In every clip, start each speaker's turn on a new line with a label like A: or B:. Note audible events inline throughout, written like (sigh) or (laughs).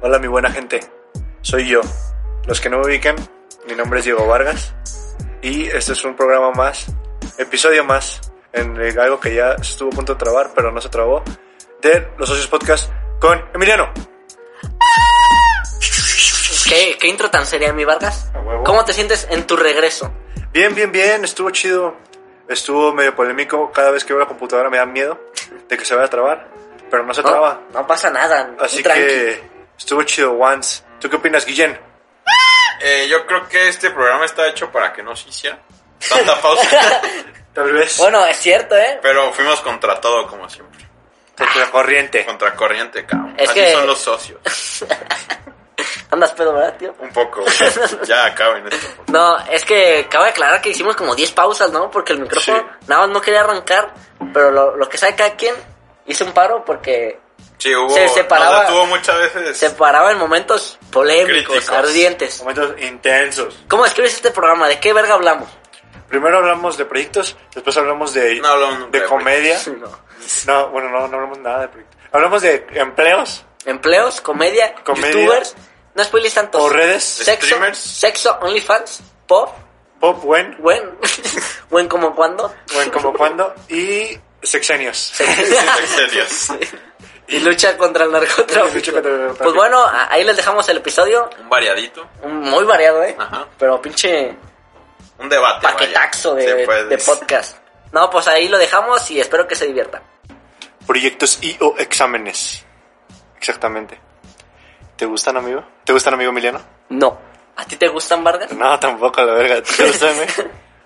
A: Hola mi buena gente, soy yo. Los que no me ubican, mi nombre es Diego Vargas y este es un programa más, episodio más, en algo que ya estuvo a punto de trabar pero no se trabó, de Los Socios Podcast con Emiliano.
B: ¿Qué, qué intro tan seria, mi Vargas?
A: A huevo.
B: ¿Cómo te sientes en tu regreso?
A: Bien, bien, bien, estuvo chido. Estuvo medio polémico. Cada vez que veo la computadora me da miedo de que se vaya a trabar, pero no se traba.
B: No, no pasa nada.
A: Así
B: tranqui.
A: que estuvo chido once. ¿Tú qué opinas, Guillén?
C: Eh, yo creo que este programa está hecho para que no se hiciera tanta
B: (laughs)
C: pausa,
A: Tal vez
B: Bueno, es cierto, ¿eh?
C: pero fuimos contra todo como siempre,
A: porque la corriente.
C: contra corriente, cabrón.
B: Es
C: Así
B: que-
C: son los socios,
B: Andas pedo, ¿verdad, tío?
C: un
B: (laughs)
C: poco. ya acaben esto. por favor.
B: No, es que acabo de aclarar que hicimos como 10 pausas, ¿no? Porque el micrófono
A: Sí.
B: nada más no quería arrancar, pero lo, lo que sabe cada quien hizo un paro porque
C: Sí, hubo,
B: Se separaba-
C: nos detuvo muchas veces.
B: se paraba en momentos polémicos,
C: Críticos.
B: ardientes.
A: Momentos intensos.
B: ¿Cómo describes este programa? ¿De qué verga hablamos?
A: Primero hablamos de proyectos, después hablamos de,
C: No hablamos nunca
A: de
C: de
A: comedia.
B: (laughs) No.
A: No, bueno, no, no hablamos nada de proyectos. Hablamos de empleos
B: Empleos, comedia,
A: Comedia.
B: youtubers, no spoilies tanto.
A: o redes,
B: sexo,
C: Streamers.
B: sexo, OnlyFans, pop,
A: pop, buen,
B: buen, (laughs) buen como cuando.
A: buen como cuando, y sexenios.
C: Sexenios.
B: (laughs) y lucha contra el narcotráfico.
A: Lucha contra el narcotráfico.
B: Pues bueno, a- ahí les dejamos el episodio.
C: un variadito,
B: Muy variado, ¿eh?
C: Ajá.
B: Pero pinche
C: un debate. vaya. pues,
B: paquetaxo
C: Se
B: de,
C: puede.
A: pues.
B: de podcast. No, pues ahí lo dejamos y espero que se diviertan.
A: Proyectos y o exámenes. Exactamente. ¿Te gustan, amigo? ¿Te gustan, amigo Emiliano?
B: No. ¿A ti te gustan, Vargas?
A: No, tampoco, la verga. ¿Te gustan, güey?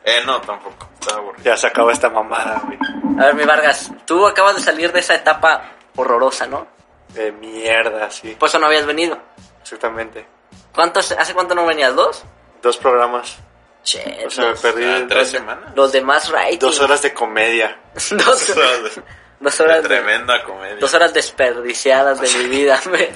C: Eh, no, tampoco. Está
A: (laughs)
C: aburrido.
A: Ya se acabó esta mamada, güey.
B: A ver, mi Vargas, tú acabas de salir de esa etapa horrorosa, ¿no?
A: De mierda, sí.
B: Por eso no habías venido.
A: Exactamente.
B: ¿Cuántos, ¿Hace cuánto no venías? ¿Dos?
A: Dos programas.
B: Che,
A: O sea, me
B: dos.
A: perdí
C: Ah, tres
A: dos,
C: semanas. (laughs)
B: los demás ratings.
A: dos horas de comedia.
B: (laughs) dos,
C: Dos horas de-
B: dos horas.
C: de
B: de-
C: tremenda comedia.
B: Dos horas desperdiciadas de mi vida. (laughs) güey.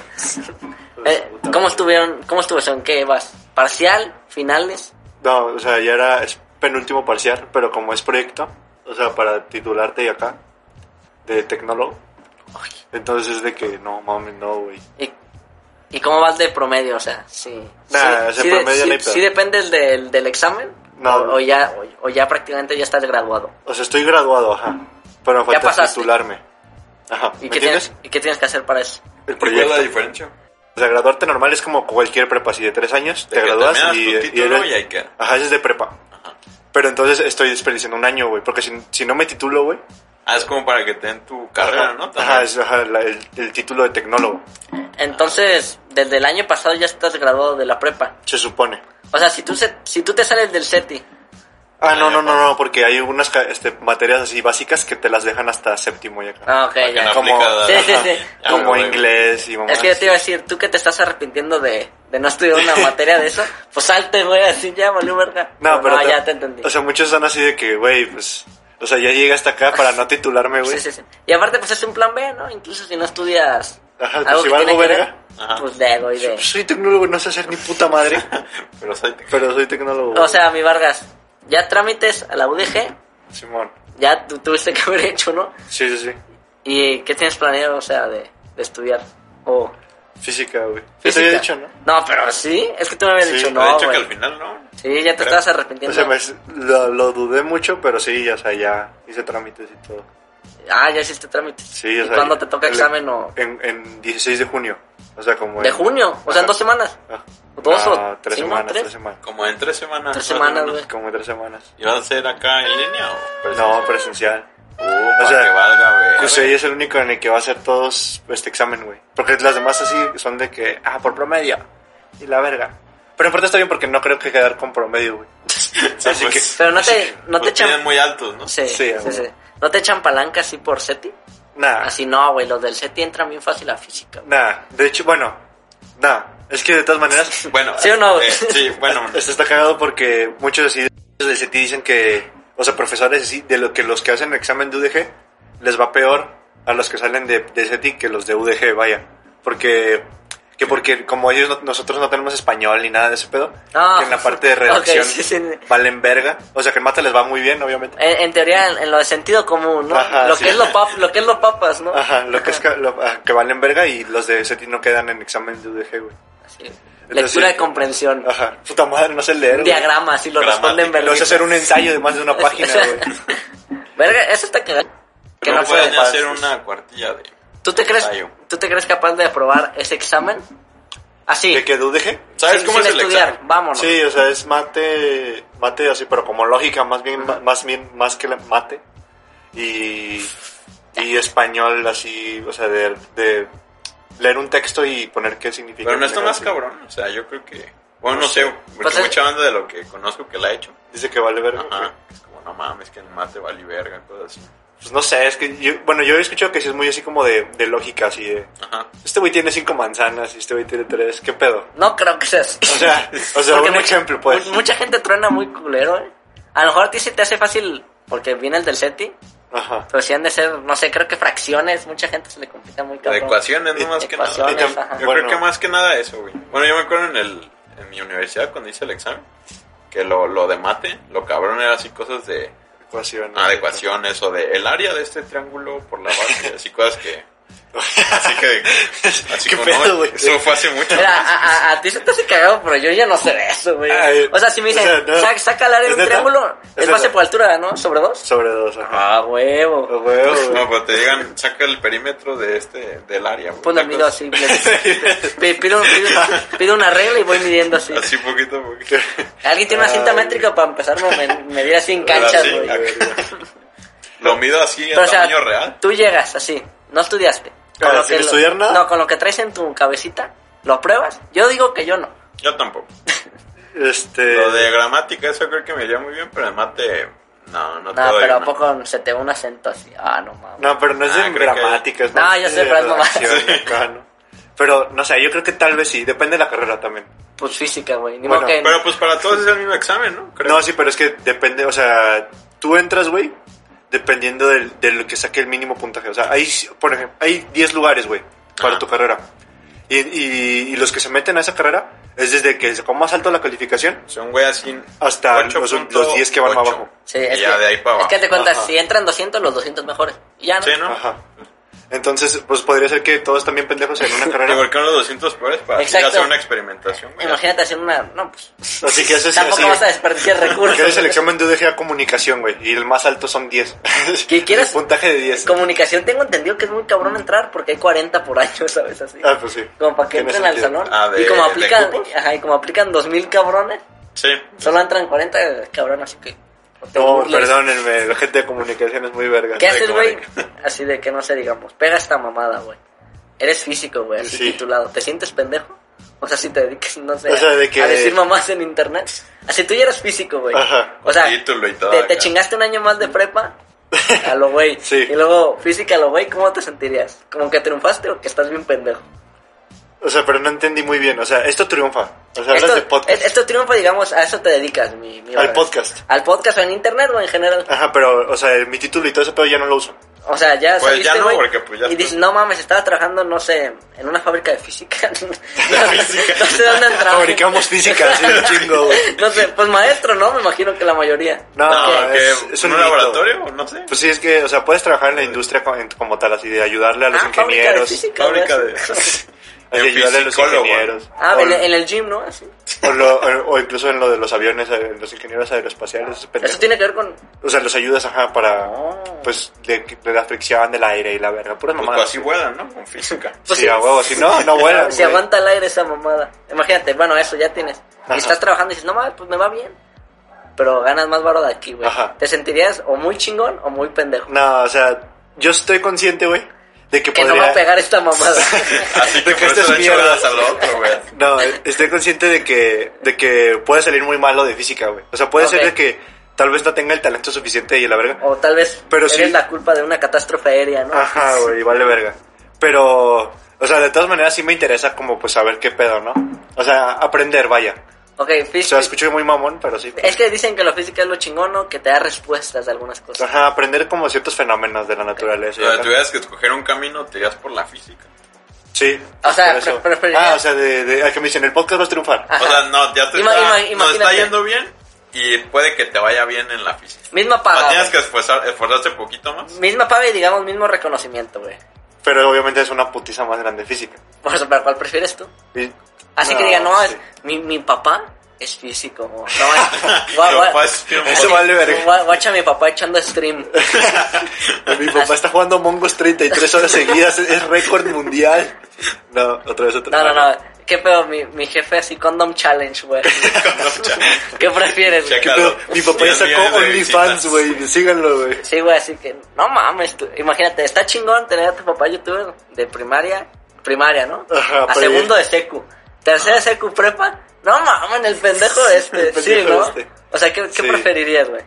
B: Eh, ¿Cómo estuvieron? ¿Cómo estuvo eso? ¿En qué vas? ¿Parcial? ¿Finales?
A: No, o sea, ya era es penúltimo parcial, pero como es proyecto, o sea, para titularte y acá, de tecnólogo,
B: Ay,
A: entonces es de que no, mami, no, güey.
B: ¿Y, y cómo vas de promedio? O sea, sí.
A: Nah,
B: sí,
A: ese
B: sí,
A: promedio
B: sí-
A: no hay pedo.
B: sí dependes del, del examen?
A: No.
B: O, o ya, o, o ya prácticamente ya estás graduado.
A: O sea, estoy graduado, ajá, pero me falta
B: pasaste.
A: titularme. Ajá, ¿me
B: ¿Y qué, tienes,
A: entiendes?
B: ¿Y qué tienes que hacer para eso?
A: El
C: ¿Cuál es la
A: proyecto.
C: diferencia?
A: O sea, graduarte normal es como cualquier prepa, si de tres años
C: De
A: te
C: que
A: gradúas
C: terminas
A: y,
C: tu
A: y
C: título
A: eres-
C: y ahí queda.
A: Ajá, ese es de prepa. Pero entonces estoy desperdiciando un año, güey, porque si, si no me titulo, güey,
C: Ah, es como para que te den tu carrera, ¿no? También.
A: ajá, es ajá, la- el, el título de tecnólogo,
B: Entonces, desde el año pasado ya estás graduado de la prepa.
A: se supone.
B: O sea, si tú, se- si tú te sales del CETI,
A: Ah, no,
C: Ah,
A: no,
C: ya
A: no, no, porque hay unas ca- este, materias así básicas que te las dejan hasta séptimo y acá.
B: ah, ok,
C: Para que
B: ya.
C: no
A: como
C: aplicada.
B: Sí, sí, sí.
C: Ya
A: como
C: me voy.
A: inglés y mamá.
B: Es que yo te iba a decir, tú que te estás arrepintiendo de, de no estudiar
A: (laughs)
B: una materia de eso, pues salte, güey, así ya, valió verga. ah,
A: No, pero
B: ya te entendí.
A: O sea, muchos están así de que, güey, pues, o sea, ya llegué hasta acá para no titularme, güey.
B: sí, sí, sí. Y aparte, pues es un plan B, ¿no? Incluso si no estudias
A: Ajá, pues,
B: algo
A: si
B: que
A: valgo
B: tiene que ver,
A: verga.
C: Ajá.
B: pues de ego y de...
A: Soy tecnólogo, no sé hacer ni puta
B: (laughs)
A: madre,
C: Pero soy te-
A: pero soy tecnólogo.
B: O sea, mi Vargas, ya trámites a la UDG,
A: Simón.
B: ya tú tuviste que (laughs) haber hecho, ¿no?
A: Sí, sí, sí.
B: ¿Y qué tienes planeado, o sea, de, de estudiar? O...
A: Física, güey. Ya te
B: física.
A: había dicho, ¿no?
B: No, pero sí, es que tú me habías
A: Sí,
B: dicho,
C: Lo he
B: no,
C: dicho que al
B: güey.
C: final no.
B: Sí, ya te
C: Creo.
B: estabas
A: O
B: arrepintiendo.
A: sea, me- lo, lo dudé mucho, pero sí, o sea, ya hice trámites y todo.
B: Ah, ya hiciste trámites.
A: Sí, o
B: ¿Y
A: sea,
B: cuándo te toca
A: el-
B: examen o...?
A: En, en 16 de junio. O sea, como
B: ¿De
A: en-
B: junio? O sea, en dos semanas.
A: Ah.
B: ¿Dos
A: No,
B: o
A: tres
B: sí, no,
A: semanas,
B: tres?
A: tres, semanas.
C: Como en tres semanas.
B: Tres
C: más o
B: semanas,
C: menos.
B: güey.
A: Como tres semanas.
C: ¿Y vas a hacer acá en línea o presencial?
A: No, presencial.
C: Uh,
A: o
C: para
A: sea, pues,
C: que valga, güey.
A: José
C: (laughs)
A: es el único en el que va a hacer todos este examen, güey. Porque las demás así son de que, ah, por promedio. Y la verga. Pero en parte está bien porque no creo que quedar con promedio, güey.
C: Sí,
A: así
C: pues,
B: Pero no te, no te
C: pues
B: echan...
C: tienen muy altos, ¿no?
B: (laughs) Sí,
A: Sí, Ah.
B: sí,
A: güey.
B: sí. ¿No te echan palanca así por SETI?
A: Nada.
B: Así no, güey, los del SETI entran bien fácil a física. güey.
A: Nada. De hecho, bueno, nada. Es que de todas maneras,
C: Bueno.
B: ¿Sí o no, güey?
C: eh, sí, bueno.
B: (laughs)
A: Ah, esto está cagado porque muchos así de CETI dicen que, o sea, profesores así, de lo que los que hacen el examen de UDG les va peor a los que salen de, de CETI que los de UDG, vaya. Porque Que porque como ellos no- nosotros no tenemos español ni nada de ese pedo,
B: Ah.
A: que en la parte de redacción
B: (laughs) Ok, sí, sí.
A: valen verga. O sea que en Mata les va muy bien, obviamente.
B: En, en teoría, en, en lo de sentido común, ¿no?
A: Ajá,
B: lo,
A: sí.
B: que es lo, pap- lo que es lo papas, ¿no?
A: Ajá, lo que es que, lo- ah, que valen verga y los de SETI no quedan en examen de UDG, güey.
B: Sí.
A: Entonces,
B: Lectura de comprensión.
A: Ajá, puta madre, no sé leer.
B: Un
A: güey.
B: diagrama, si lo
C: Gramática.
B: responden
A: Lo
B: verga.
A: sé hacer un ensayo de más
B: (laughs)
A: de una página, güey.
B: Verga, eso está cagado. Que
C: no,
B: no,
C: pueden
B: puede.
C: hacer una cuartilla de.
B: ¿Tú te, crees,
C: ensayo.
B: ¿Tú te crees capaz de aprobar ese examen? Así.
A: ¿De qué UDG?
C: ¿Sabes
B: sin-
C: cómo
B: sin
C: es el
B: estudiar,
C: examen?
B: vámonos.
A: Sí, o sea, es mate, mate así, pero como lógica, más bien, ma- más bien, más que la- mate. Y, y español así, o sea, de, de leer un texto y poner qué significa.
C: Pero no está más cabrón. O sea, yo creo que. Bueno, no sé. Porque
B: Pues es-
C: mucha banda de lo que conozco que la ha hecho.
A: Dice que vale verga.
C: Ajá. Es como, no mames, que el mate vale verga, cosas así.
A: Pues no sé, es que yo, bueno, yo he escuchado que sí es muy así como de, de lógica, así de,
C: Ajá.
A: este güey tiene cinco manzanas y este güey tiene tres, ¿qué pedo?
B: No creo que sea así.
A: (laughs) O sea, o sea
B: Porque
A: un
B: mucha-
A: ejemplo, pues.
B: mu- Mucha gente truena muy culero, ¿eh? A lo mejor a ti se te hace fácil porque viene el del SETI,
A: Ajá.
B: pero si han de ser, no sé, creo que fracciones, mucha gente se le complica muy
C: La
B: cabrón. E-
C: ecuaciones, no más que nada.
B: Ecuaciones,
A: Y tam-
B: ajá.
C: Yo
A: Bueno.
C: creo que más que nada eso, güey. Bueno, yo me acuerdo en, el, en mi universidad cuando hice el examen, que lo, lo de mate, lo cabrón era así cosas Ah, de
A: Ecuaciones.
C: adecuaciones o de el área de este triángulo por la base, así cosas que... Así que...
B: (laughs)
C: Así
A: ¿Qué
C: como,
A: pedo,
C: no,
A: güey?
C: eso fue hace mucho.
B: Mira, a, a- a ti se te hace cagado, pero yo ya no sé de eso, güey.
A: Ay,
B: O sea, si me dicen,
A: o sea, no.
B: "Sa- saca el área
A: ¿Es
B: de un
A: neta?
B: triángulo,
A: ¿Es
B: es base
A: neta?
B: por altura, ¿no? ¿Sobre dos?
A: Sobre dos, ajá.
B: Ah, huevo.
C: (laughs)
A: A huevo, güey.
C: No, pues, pero te digan, saca el perímetro de este, del área, güey.
B: Pues lo
C: Una
B: mido
C: cosa-
B: así. le- pi- Pido, pido- pido una regla y voy midiendo así.
C: Así poquito
B: (laughs)
C: a poquito.
B: ¿Alguien tiene una cinta
A: Ay.
B: métrica para empezar a me- medir así en canchas,
C: Así,
B: güey?
C: acá. Lo mido así
B: Pero,
C: a
B: o sea,
C: tamaño real.
B: tú llegas así, no estudiaste.
A: Ah, sin estudiar nada.
B: No, con lo que traes en tu cabecita, lo pruebas. Yo digo que yo no.
C: Yo tampoco.
B: eh,
A: Este.
C: Lo de gramática, eso creo que me iría muy bien, pero el mate, no, no te
B: No,
C: doy
B: pero ¿a
C: una.
B: poco se te ve un acento así? Ah, no mames.
A: No, pero no es
C: Ah,
A: de
C: creo que-
A: gramáticas.
B: No, yo sé, pero es nomás.
A: redacción,
C: Sí.
A: acá, ¿no? Pero, no sé, yo creo que tal vez sí, depende de la carrera también.
B: Pues física, güey. Ni
A: Bueno,
B: modo que...
C: Pero pues para todos es el mismo examen, ¿no? Creo.
A: No, sí, pero es que depende, o sea, tú entras, güey, dependiendo del, de lo que saque el mínimo puntaje. O sea, hay, por ejemplo, hay 10 lugares, güey, para
C: Ajá.
A: tu carrera. Y, y- y los que se meten a esa carrera es desde que sacó más alto la calificación
C: O sea, un güey así.
A: hasta los, los 10 que van más
C: 8.
A: abajo.
B: Sí,
C: Y
B: es
C: ya
B: que,
C: de ahí para
B: Es
C: abajo.
B: que te cuentas,
A: Ajá.
B: si entran 200, los 200 mejores. Y ya no.
C: Sí, ¿no?
A: Ajá. Entonces, pues podría ser que todos también pendejos en
B: (laughs)
A: una
C: Digo,
A: carrera.
C: ¿por qué no los 200 peores para así
B: Exacto.
C: hacer una experimentación? güey?
B: Imagínate haciendo una... No, pues...
A: Así que eso sí,
B: Tampoco
A: así.
B: vas a
C: (laughs)
B: desperdiciar recursos.
A: Porque eres el examen de UDG a comunicación, güey. Y el más alto son 10.
B: (laughs) ¿Qué quieres?
A: El puntaje de 10.
B: (laughs) Comunicación tengo entendido que es muy cabrón entrar porque hay 40 por año, (laughs) ¿sabes? Así.
A: Ah, pues sí.
B: Como para que
A: Tiene
B: entren al
A: sentido.
B: salón.
C: Ah, de-
B: y como
C: ¿de
B: aplican,
C: cupos?
B: ajá, y como aplican 2000 cabrones,
C: Sí.
B: solo entran 40 cabrones, así que. no te
A: No,
B: burles.
A: perdónenme, la gente de comunicación es muy verga.
B: ¿Qué
C: de
B: haces, güey?
C: comunicación.
B: Así de que no sé, digamos, pega esta mamada, güey. Eres físico, güey, así
A: Sí.
B: titulado. ¿Te sientes pendejo? O sea, si te dedicas, no sé,
A: O sea, de que-
B: a decir mamás en internet. Así tú ya eres físico, güey.
A: Ajá.
B: O sea,
C: Título y todo
B: te,
C: acá.
B: te chingaste un año más de prepa a lo güey.
A: (laughs) Sí.
B: Y luego física a lo güey, ¿cómo te sentirías? ¿Como que triunfaste o que estás bien pendejo?
A: O sea, pero no entendí muy bien. O sea, esto triunfa. O sea, hablas
B: esto,
A: de podcast.
B: es- esto triunfa, digamos, a eso te dedicas, mi... mi
A: Al
B: barra.
A: podcast.
B: Al podcast o en internet o en general.
A: Ajá, pero, o sea, mi título y todo ese pedo ya no lo uso.
B: O sea, ya
C: Pues
B: saliste,
C: ya no,
B: güey,
C: porque pues ya
B: Y
C: está.
B: dices, no mames, estaba trabajando, no sé, en una fábrica de física. (laughs) no, (laughs) no sé dónde entraba.
A: Fabricamos física, así un chingo, güey.
B: (laughs) No sé, pues maestro, ¿no? Me imagino que la mayoría.
A: No,
C: No, que
A: es, es un, mito.
C: laboratorio, o no Pues- sé.
A: Pues sí, es que, o sea, puedes trabajar en la industria co- en- como tal, así de ayudarle a los
B: ah, fábrica de
A: ingenieros.
B: física.
C: Fábrica
B: güey.
C: de.
A: pues,
C: (laughs)
A: (laughs) Así,
C: de
A: ayudarle a los
C: fisicólogo.
A: ingenieros.
B: Ah,
A: O-
B: en, el- en el gym, ¿no? Así.
A: o, lo- o- o incluso en lo de los aviones, eh, los ingenieros aeroespaciales. esos pendejos.
B: Eso tiene Ah. que ver con...
A: O sea, los ayudas, ajá, para, pues, de, de la fricción del aire y la verga, puras
C: Pues,
A: mamadas.
C: así vuelan, ¿no? Con física.
B: Pues
A: sí,
B: sí.
A: a huevo, si no,
B: (laughs)
A: no vuelan,
B: Se
A: Ah, güey.
B: aguanta el aire esa mamada. Imagínate, bueno, eso ya tienes.
A: Ajá.
B: Y estás trabajando y dices, no mames, pues me va bien. Pero ganas más baro de aquí, güey.
A: Ajá.
B: Te sentirías o muy chingón o muy pendejo.
A: No, o sea, yo estoy consciente, güey, de que,
B: que no
A: podría...
B: va a pegar
A: (laughs)
B: esta mamada.
C: Así
A: (laughs)
C: que
A: De que
C: por
A: esto es
C: eso le echo
A: mierda.
C: ganas al otro,
A: (laughs)
C: güey.
A: No, estoy consciente de que, de que puede salir muy malo de física, güey. O sea, puede
B: Ok.
A: ser de que tal vez no tenga el talento suficiente y la verga.
B: o tal vez
A: Pero
B: eres
A: sí.
B: la culpa de una catástrofe aérea, ¿no?
A: Ajá, güey, vale verga. Pero, o sea, de todas maneras sí me interesa como, pues, saber qué pedo, ¿no? O sea, aprender, vaya.
B: Ok,
A: O sea,
B: física.
A: escucho muy mamón, pero sí.
B: Es que dicen que lo físico es lo chingón, ¿no? Que te da respuestas de algunas cosas.
A: Ajá, aprender como ciertos fenómenos de la naturaleza. y
C: Donde
A: acá.
C: tuvieras que escoger un camino, te irías por la física.
A: Sí.
B: O sea,
A: por eso.
B: pre- preferiría-
A: Ah, o sea, de, de- al que me dicen, el podcast vas a triunfar.
B: Ajá.
C: O sea, no, ya te
B: Ima-
C: está,
B: ima-
C: nos está
B: imagínate.
C: yendo bien y puede que te vaya bien en la física.
B: Misma
C: Más
B: paga.
C: tienes que
B: güey.
C: esforzar, esforzarte un poquito más.
B: Misma paga y digamos mismo reconocimiento, güey.
A: Pero obviamente es una putiza más grande física.
B: Por eso, ¿para cuál prefieres tú?
A: Y-
B: Así que diga, no,
A: sí.
B: es, mi, mi papá es físico.
A: (laughs)
B: o No, es-
C: Mi papá es físico.
A: Eso vale verga.
B: Gua- Guacha a mi papá echando stream.
A: (laughs) Mi papá está jugando Mongos 33 horas seguidas, es es récord mundial. No, otra vez, otra
B: No,
A: vez. (laughs)
B: no, no. ¿Qué pedo? Mi, mi jefe así, Condom Challenge,
C: (laughs)
B: güey. ¿Qué prefieres? güey?
A: ¿Qué pedo? Mi papá ya
C: Diez millones
A: sacó
C: de
A: OnlyFans,
C: visitas.
A: güey. Síganlo, güey.
B: Sí, güey, así que, no mames, tú- imagínate, está chingón tener a tu papá youtuber de primaria, primaria, ¿no?
A: Ajá,
B: a
A: pero-
B: segundo de secu, tercero de secu prepa, no mames, el pendejo
A: (laughs)
B: este,
A: El pendejo
B: sí, ¿no?
A: este.
B: O sea, ¿qué,
A: Sí.
B: qué preferirías, güey?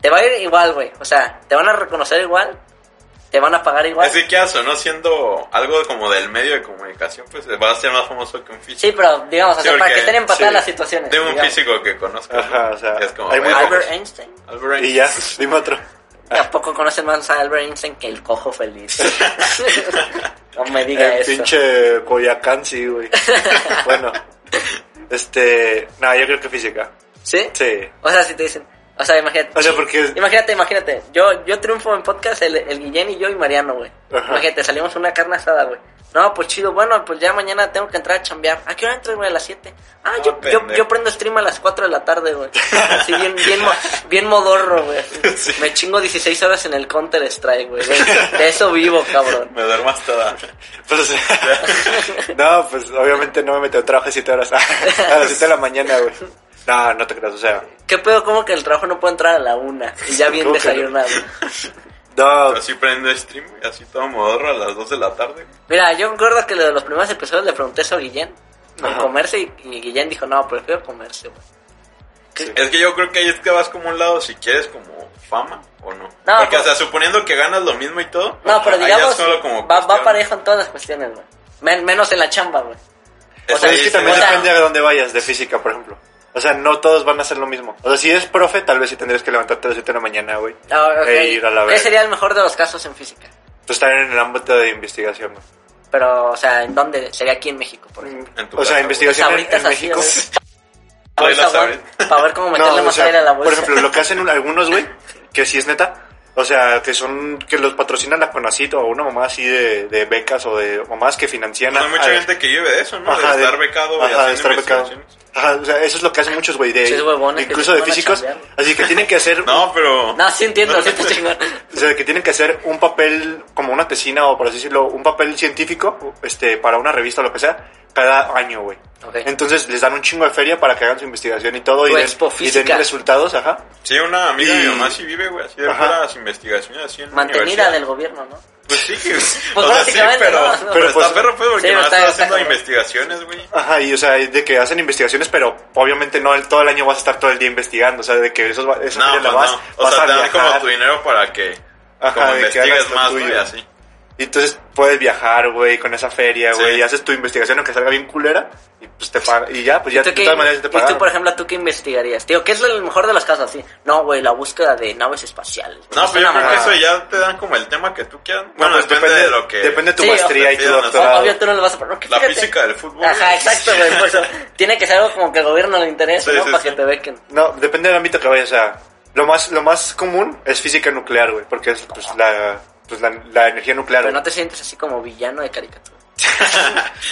B: Te va a ir igual, güey, o sea, te van a reconocer igual, te van a pagar igual.
C: Así que eso, ¿no? Siendo algo como del medio de comunicación, pues va a ser más famoso que un físico.
B: Sí, pero digamos, o
C: Sí,
B: sea, para
C: porque-
B: que estén empatadas
A: sí.
B: las situaciones.
C: de un
B: digamos.
C: físico que conozco.
A: Ajá,
C: ¿no?
A: o sea,
C: Es como,
A: hay muy
C: verga.
B: Albert Einstein.
C: Albert Einstein.
A: Y ya, dime otro.
B: Tampoco conocen más a Albert Einstein que el cojo
A: (laughs)
B: feliz. (laughs) no me diga
A: El
B: eso.
A: pinche Coyacán, sí,
B: (laughs)
A: güey. bueno, este. No, yo creo que física.
B: ¿Sí?
A: Sí.
B: O sea, si te dicen. O sea, imagínate.
A: O sea, porque-
B: Imagínate, imagínate. Yo, yo triunfo en podcast, el, el Guillén y yo y Mariano, güey.
A: Ajá.
B: Imagínate, salimos una carne asada, güey. No, pues chido. Bueno, pues ya mañana tengo que entrar a chambear. ¿A qué hora entras, güey? A las 7. Ah,
C: Ah,
B: yo, yo,
C: pendejo.
B: yo prendo stream a las 4 de la tarde, güey. Así bien,
A: (laughs)
B: bien, mo- bien modorro, güey. Así.
C: Sí.
B: Me chingo 16 horas en el Counter Strike, güey. De, de eso vivo, cabrón.
C: Me duermo hasta...
A: Pues, (laughs) o sea, no, pues obviamente no me meto a trabajo a 7 horas. (laughs) a las 7 de la mañana, güey. No, no te creas, o sea.
B: ¿Qué pedo? ¿Cómo que el trabajo no puede entrar a la una? Y ya
A: (laughs)
B: bien
A: ¿Cómo que no?
B: desayunado.
A: No,
C: Pero sí prendo stream, güey, así todo modorro a las 2 de la tarde.
B: Mira, yo recuerdo que de los primeros episodios le pregunté eso a Guillén. Con
A: Ajá.
B: comerse y, y Guillén dijo, no, prefiero comerse, güey.
C: Es que yo creo que ahí es que vas como a un lado si quieres como fama o no.
B: No,
C: Porque,
B: pues-
C: o sea, suponiendo que ganas lo mismo y todo.
B: No, pero
C: ahí ya
B: digamos,
C: solo como
B: va, va
C: cuestión.
B: parejo en todas las cuestiones, güey. Men- menos en la chamba, güey.
C: Eso
A: O sea, es
C: dice,
A: que también
B: o sea-
A: depende de dónde vayas, de física, por ejemplo. O sea, no todos van a hacer lo mismo. O sea, si eres profe, tal vez sí tendrías que levantarte a las 7 de la mañana, güey.
B: Ah, ok.
A: E ir a la verga.
B: Ese sería el mejor de los casos en física.
A: Pues estar en el ámbito de investigación, güey.
B: Pero, o sea, ¿en dónde? Sería aquí en México, por ejemplo.
C: En tu
A: O sea,
C: casa,
A: investigación Mm, en,
B: Sabritas
A: en
B: así,
A: México. (laughs)
B: güey.
C: Doy las
B: Ahorita, güey,
C: sabritas.
B: Para ver cómo
A: No,
B: meterle
A: o
B: más
A: sea,
B: aire a la bolsa.
A: por ejemplo, lo que hacen un- algunos,
B: (laughs)
A: güey, que sí es neta. O sea, que son, que los patrocinan la Conacit o una mamá así de, de becas o de mamás que financian a-
C: Hay mucha
A: a-
C: gente que vive de eso, ¿no?
A: Ajá,
C: de estar becado y
A: ajá, de
C: haciendo
A: estar becado.
C: investigaciones.
A: Ajá, o sea, eso es lo que hacen muchos, güey, de,
B: Sí, huevones que
A: incluso
B: se
A: de
B: van a
A: físicos.
B: chambear.
A: Así que tienen que hacer
C: (laughs) No, pero...
B: (laughs) No, sí entiendo, sí te chingón.
A: O sea, que tienen que hacer un papel, como una tesina o por así decirlo, un papel científico este, para una revista o lo que sea, cada año, güey.
B: Ok.
A: Entonces les dan un chingo de feria para que hagan su investigación y todo
B: Tu
A: y den,
B: expo
A: y
B: física.
A: den resultados, ajá.
C: Sí, una amiga de
A: Y-
C: mi mamá sí vive, güey, así de
A: Ajá.
C: puras investigaciones así en la
B: Mantenida
C: universidad.
B: del gobierno, ¿no?
C: Pues sí, que...
B: (laughs) Pues
C: o sea, sí,
B: básicamente,
C: pero...
B: ¿no?
C: Pero,
A: Pero pues-
C: está perro, pues, porque
B: Sí,
C: no
B: está-
C: estás
B: está
C: haciendo
B: cabrón.
C: investigaciones, güey.
A: Ajá, y o sea, de que hacen investigaciones, pero obviamente no el- todo el año vas a estar todo el día investigando, o sea, de que esos, va- esas
C: No,
A: ferias
C: pues
A: la vas,
C: no. O
A: vas
C: sea,
A: a
C: te dan como
A: viajar.
C: tu dinero para que...
A: Ajá,
C: Como
A: de que hagas
C: investigues
A: lo
C: más, güey,
A: tuyo.
C: así.
A: Y entonces puedes viajar, güey, con esa feria,
C: Sí.
A: güey, y haces tu investigación aunque salga bien culera, y pues te pagan, y ya, pues ya
B: ¿Tú
A: de
B: qué-
A: todas maneras te
B: y tú,
A: pagan.
B: por ejemplo, ¿tú qué investigarías? Tío, ¿qué es el mejor de los casos? Sí. No, güey, la búsqueda de naves espaciales.
C: No,
B: Es
C: pero yo
B: una
C: creo que
B: mamada.
C: eso ya te dan como el tema que tú quieras. Bueno,
A: pues,
C: depende, de lo que...
A: Depende de tu
B: Sí,
A: maestría y
C: o-
A: tu
C: o-
A: doctorado.
B: Obvio, tú no lo vas a poner.
C: La física del fútbol.
B: Ajá,
C: güey.
B: exacto, güey. Por eso tiene que ser algo como que al gobierno le interese,
C: Sí,
B: ¿no?
C: sí,
B: Para
C: sí.
B: que te bequen.
A: No, depende del ámbito que vayas. O sea, lo más, lo más común es física nuclear, güey, porque es pues, la, pues, la, la energía nuclear.
B: Pero
A: güey.
B: no te sientes así como villano de caricatura.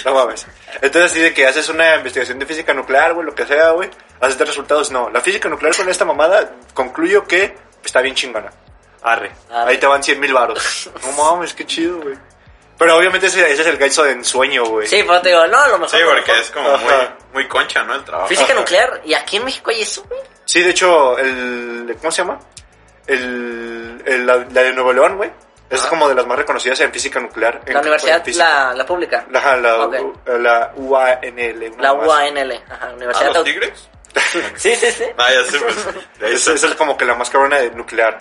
A: No mames. Entonces, así de que haces una investigación de física nuclear, güey, lo que sea, güey, haces de resultados. No, la física nuclear con esta mamada concluyo que está bien chingona. Arre.
B: Arre.
A: Ahí te van 100 mil baros. No mames, qué chido, güey. Pero obviamente ese, ese es el gancho de ensueño, güey.
B: Sí, pero te digo, no, a lo mejor.
C: Sí,
B: a lo
C: porque
B: mejor.
C: es como muy,
A: Ajá.
C: muy concha, ¿no? El trabajo.
B: Física
A: Ajá.
B: nuclear, ¿y aquí en México hay eso, güey?
A: Sí, de hecho, el. ¿Cómo se llama? El, el- la, la de Nuevo León, güey. Es
B: Ajá.
A: como de las más reconocidas en física nuclear. en-
B: La universidad,
A: en física.
B: la, la pública. La,
A: Ajá, la,
B: Ok.
A: U- la UANL. una más.
B: UANL. Ajá,
C: ¿A
B: Universidad
C: Ah, los
B: Autónoma.
C: tigres?
B: Sí, sí, sí.
C: No, ya sé, pues,
A: (laughs)
C: de ahí
A: Esa
C: se-
A: esa es como que la más cabrona de nuclear.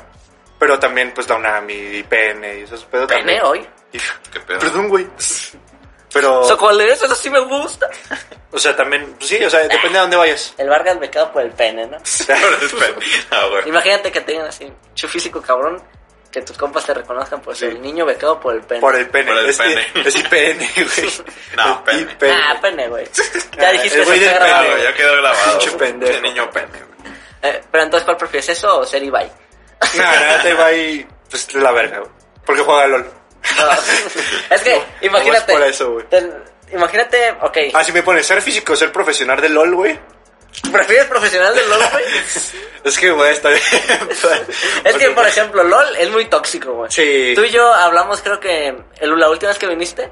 A: Pero también, pues, la UNAM y PN y esos pedos
B: Pene
A: también.
B: hoy.
A: Y-
C: ¿Qué pedo? (laughs)
A: Perdón, güey. Pero,
B: Eso, ¿cuál es? Eso sí me gusta.
A: o sea, también, pues sí, o sea, depende de dónde
C: (laughs)
A: vayas.
B: El Vargas me queda por el pene, ¿no?
C: Pero es pe- Ah, güey.
B: Imagínate que tengan así, un físico cabrón, que tus compas te reconozcan por
A: Sí.
B: el niño becado por el pene.
A: Por el pene.
C: Por el
A: es,
C: pene.
A: I- es IPN, güey.
C: (laughs) No,
A: Es
C: pene.
A: IPN.
B: Ah,
A: (laughs)
B: pene, güey. Ya
A: Ah,
B: dijiste
A: el
B: eso
A: güey
B: está
A: del
C: Ah,
B: grabado.
A: pene.
C: güey, ya quedó grabado.
A: Pinche pendejo.
C: Ese niño pene, güey.
B: Eh, pero entonces, ¿cuál prefieres eso o
A: (laughs)
B: ser Ibai?
A: No, no, te va ahí. Pues la verga, güey. Porque juega LOL.
B: No. es que, imagínate.
A: por eso, güey.
B: te- imagínate, ok.
A: Ah, si me pones ser físico, ser profesional de LOL, güey.
B: ¿Prefieres profesional del LOL, güey?
A: (laughs) Es que, güey, está bien. (laughs)
B: Es que, por ejemplo, LOL es muy tóxico, güey.
A: Sí.
B: Tú y yo hablamos, creo que el- la última vez que viniste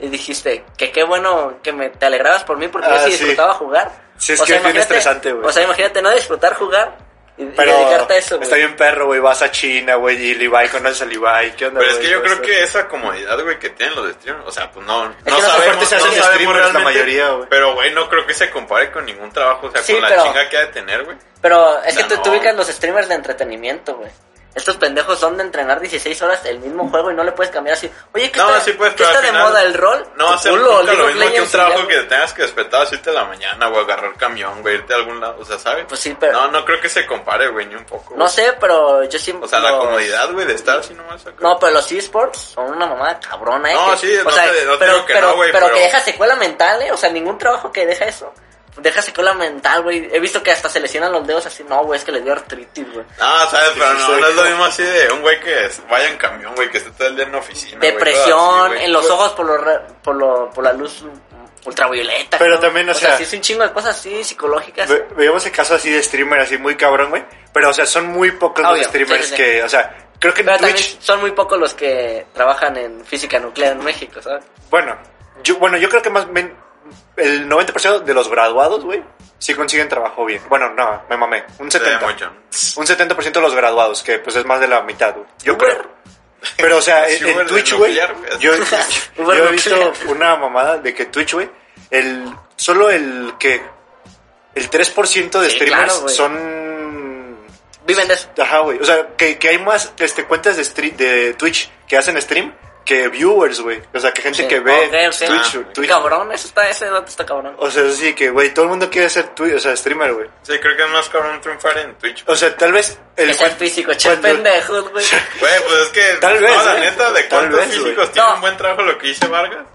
B: y dijiste que qué bueno que me, te alegrabas por mí porque
A: Ah,
B: yo sí
A: sí.
B: disfrutaba jugar.
A: Sí, es que es bien
B: imagínate-
A: estresante, güey.
B: O sea, imagínate no disfrutar jugar y, y
A: Pero
B: dedicarte a eso, güey.
A: está bien perro, güey. Vas a China, güey, y el Ibai conoces al Ibai. ¿Qué onda,
C: Pero es
A: güey?
C: que yo
A: Todo
C: creo
A: esto.
C: que esa comodidad, güey, que tienen los streamers, o sea, pues no, no,
B: que no se
C: sabemos,
A: se hacen
C: no sabemos
A: streamers la
C: realmente,
A: mayoría, güey.
C: Pero, güey, no creo que se compare con ningún trabajo, o sea,
B: Sí,
C: con la
B: pero-
C: chinga que ha de tener, güey.
B: Pero es que
C: No,
B: tú,
C: no.
B: tú ubicas los streamers de entretenimiento, güey. Estos pendejos son de entrenar 16 horas el mismo juego y no le puedes cambiar así. Oye, ¿qué
C: No,
B: está,
C: sí puedes,
B: ¿qué
C: pero
B: está
C: al
B: de
C: final
B: moda el rol?
C: No
B: Tu
C: hace
B: culo,
C: nunca
B: League
C: lo
B: of
C: mismo que un
B: Legends,
C: trabajo
B: ya.
C: que te tengas que despertar a las 7 de la mañana, güey, agarrar camión, güey, irte a algún lado, o sea, ¿sabes?
B: Pues sí, pero-
C: No, no creo que se compare, güey, ni un poco.
B: No
C: güey.
B: sé, pero yo sí...
C: O sea, la
B: los-
C: comodidad, güey, de estar así nomás. acá.
B: No, pero los eSports son una mamada cabrona, ¿eh?
C: No,
B: que-
C: sí,
B: o
C: no
B: sea,
C: te- no te
B: pero,
C: digo que
B: pero,
C: no, güey,
B: pero que
C: pero-
B: deja secuela mental, ¿eh? O sea, ningún trabajo que deja eso. Deja secuela mental, güey. He visto que hasta se lesionan los dedos así. No, güey, es que les dio artritis, güey.
C: Ah, sabes, pero
A: sí, sí,
C: no, no
A: sí.
C: es lo mismo así de un güey que es- vaya en camión, güey, que esté todo el día en la oficina. güey, cosas así,
B: Depresión,
C: güey. Pues
B: en los ojos por, los ra- por, lo- por la luz ultravioleta.
A: Pero
B: ¿no?
A: también, o
B: sea...
A: sea-
B: sí es un chingo de cosas así psicológicas.
A: Ve- Veíamos el caso así de streamer, así muy cabrón, güey. Pero, o sea, son muy pocos
B: Obvio,
A: los streamers
B: sí, sí, sí.
A: que, o sea, creo que en
B: Pero
A: Twitch.
B: también son muy pocos los que trabajan en física nuclear en México, ¿sabes?
A: Bueno, yo, bueno, yo creo que más men- el 90% de los graduados, güey, sí consiguen trabajo bien. Bueno, no, me mamé. Un
C: Sí,
A: 70%.
C: mucho.
A: Un 70% de los graduados, que pues es más de la mitad, güey. Yo
B: Uber.
A: creo. Pero, o sea,
C: (laughs) Sí,
A: en, en
C: Uber de
A: Twitch, güey,
B: (laughs)
C: nuclear, güey.
A: yo,
B: Uber
A: yo he
B: nuclear.
A: visto una mamada de que Twitch, güey, el, solo el que, el 3% de
B: Sí,
A: streamers
B: claro, güey.
A: son
B: Viven de eso.
A: Ajá, güey. O sea, que, que hay más este, cuentas de, stre- de Twitch que hacen stream que viewers, güey. O sea, que gente
B: Sí.
A: que ve
B: Ok, ok.
A: Twitch,
C: Ah,
A: Twitch.
B: Cabrón, eso está, ese dato está cabrón.
A: O sea, sí, que, güey, todo el mundo quiere ser Twitch, o sea, streamer, güey.
C: Sí, creo que es más cabrón triunfar en Twitch.
A: O sea, tal vez...
B: Que sean
A: cuen-
B: físicos, che,
A: cuando-
B: pendejos,
A: (laughs)
B: güey.
C: Güey, pues es que.
A: Tal vez,
C: No, la
A: ¿eh?
C: neta,
A: Tal
C: de cuántos
A: vez, güey.
C: físicos tienen
B: No.
C: un buen trabajo lo que dice Vargas.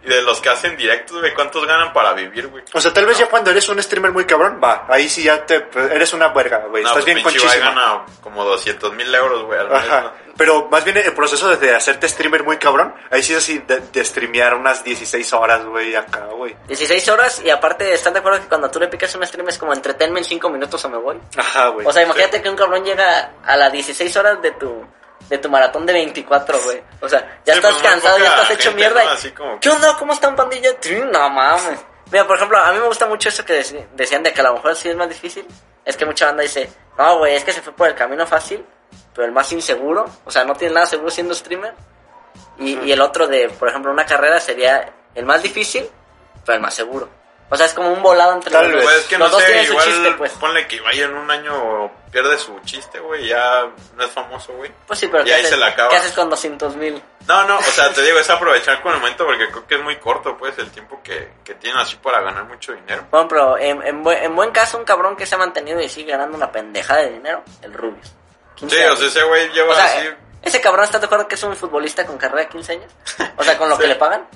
C: Y de los que hacen directos, güey, ¿cuántos ganan para vivir, güey?
A: O sea, tal vez ya cuando eres un streamer muy cabrón, va, ahí sí ya te... Eres una verga, güey.
C: No,
A: Estás
C: pues
A: bien
C: pinche Ibai
A: conchísimo.
C: gana como 200 mil euros, güey, al mes.
A: Ajá.
C: ¿no?
A: Pero más bien el proceso de hacerte streamer muy cabrón, ahí sí es así de, de streamear unas 16 horas, güey, acá, güey.
B: 16 horas y aparte, ¿están de acuerdo que cuando tú le picas un stream es como entretenme en 5 minutos o me voy?
A: Ajá, güey.
B: O sea, imagínate que un cabrón llega a las 16 horas de tu de tu maratón de 24, güey. O sea, ya
C: Sí,
B: estás
C: pues, muy
B: cansado, ya
C: poca
B: estás hecho
C: gente,
B: mierda.
C: ¿no?
B: y,
C: Así como que-
B: ¿Qué onda? ¿Cómo están pandilla? Trin, No mames. Mira, por ejemplo, a mí me gusta mucho eso que dec- decían de que a lo mejor sí es más difícil. Es que mucha banda dice, no, güey, es que se fue por el camino fácil, pero el más inseguro. O sea, no tiene nada seguro siendo streamer. Y, y el otro de, por ejemplo, una carrera sería el más difícil, pero el más seguro. O sea, es como un volado entre
A: Tal
B: los
A: vez.
B: dos.
C: Pues es que
B: los
C: no
B: dos
C: sé,
B: tienen
C: igual
B: su chiste, pues.
C: ponle que vaya en un año pierde su chiste, güey, ya no es famoso, güey.
B: Pues sí, pero
C: Y
B: ¿qué,
C: ahí
B: haces,
C: se la acaba.
B: ¿qué haces con 200 mil?
C: No, no, o sea, te digo, es aprovechar con el momento porque creo que es muy corto, pues, el tiempo que, que tienen así para ganar mucho dinero.
B: Bueno, pero en, en buen, en buen caso, un cabrón que se ha mantenido y sigue ganando una pendejada de dinero, el Rubius. 15
C: Sí, o
B: años.
C: sea, ese güey lleva
B: O sea,
C: así,
B: ese cabrón, ¿estás de acuerdo que es un futbolista con carrera de 15 años? O sea, con lo
C: (laughs) Sí.
B: que le pagan.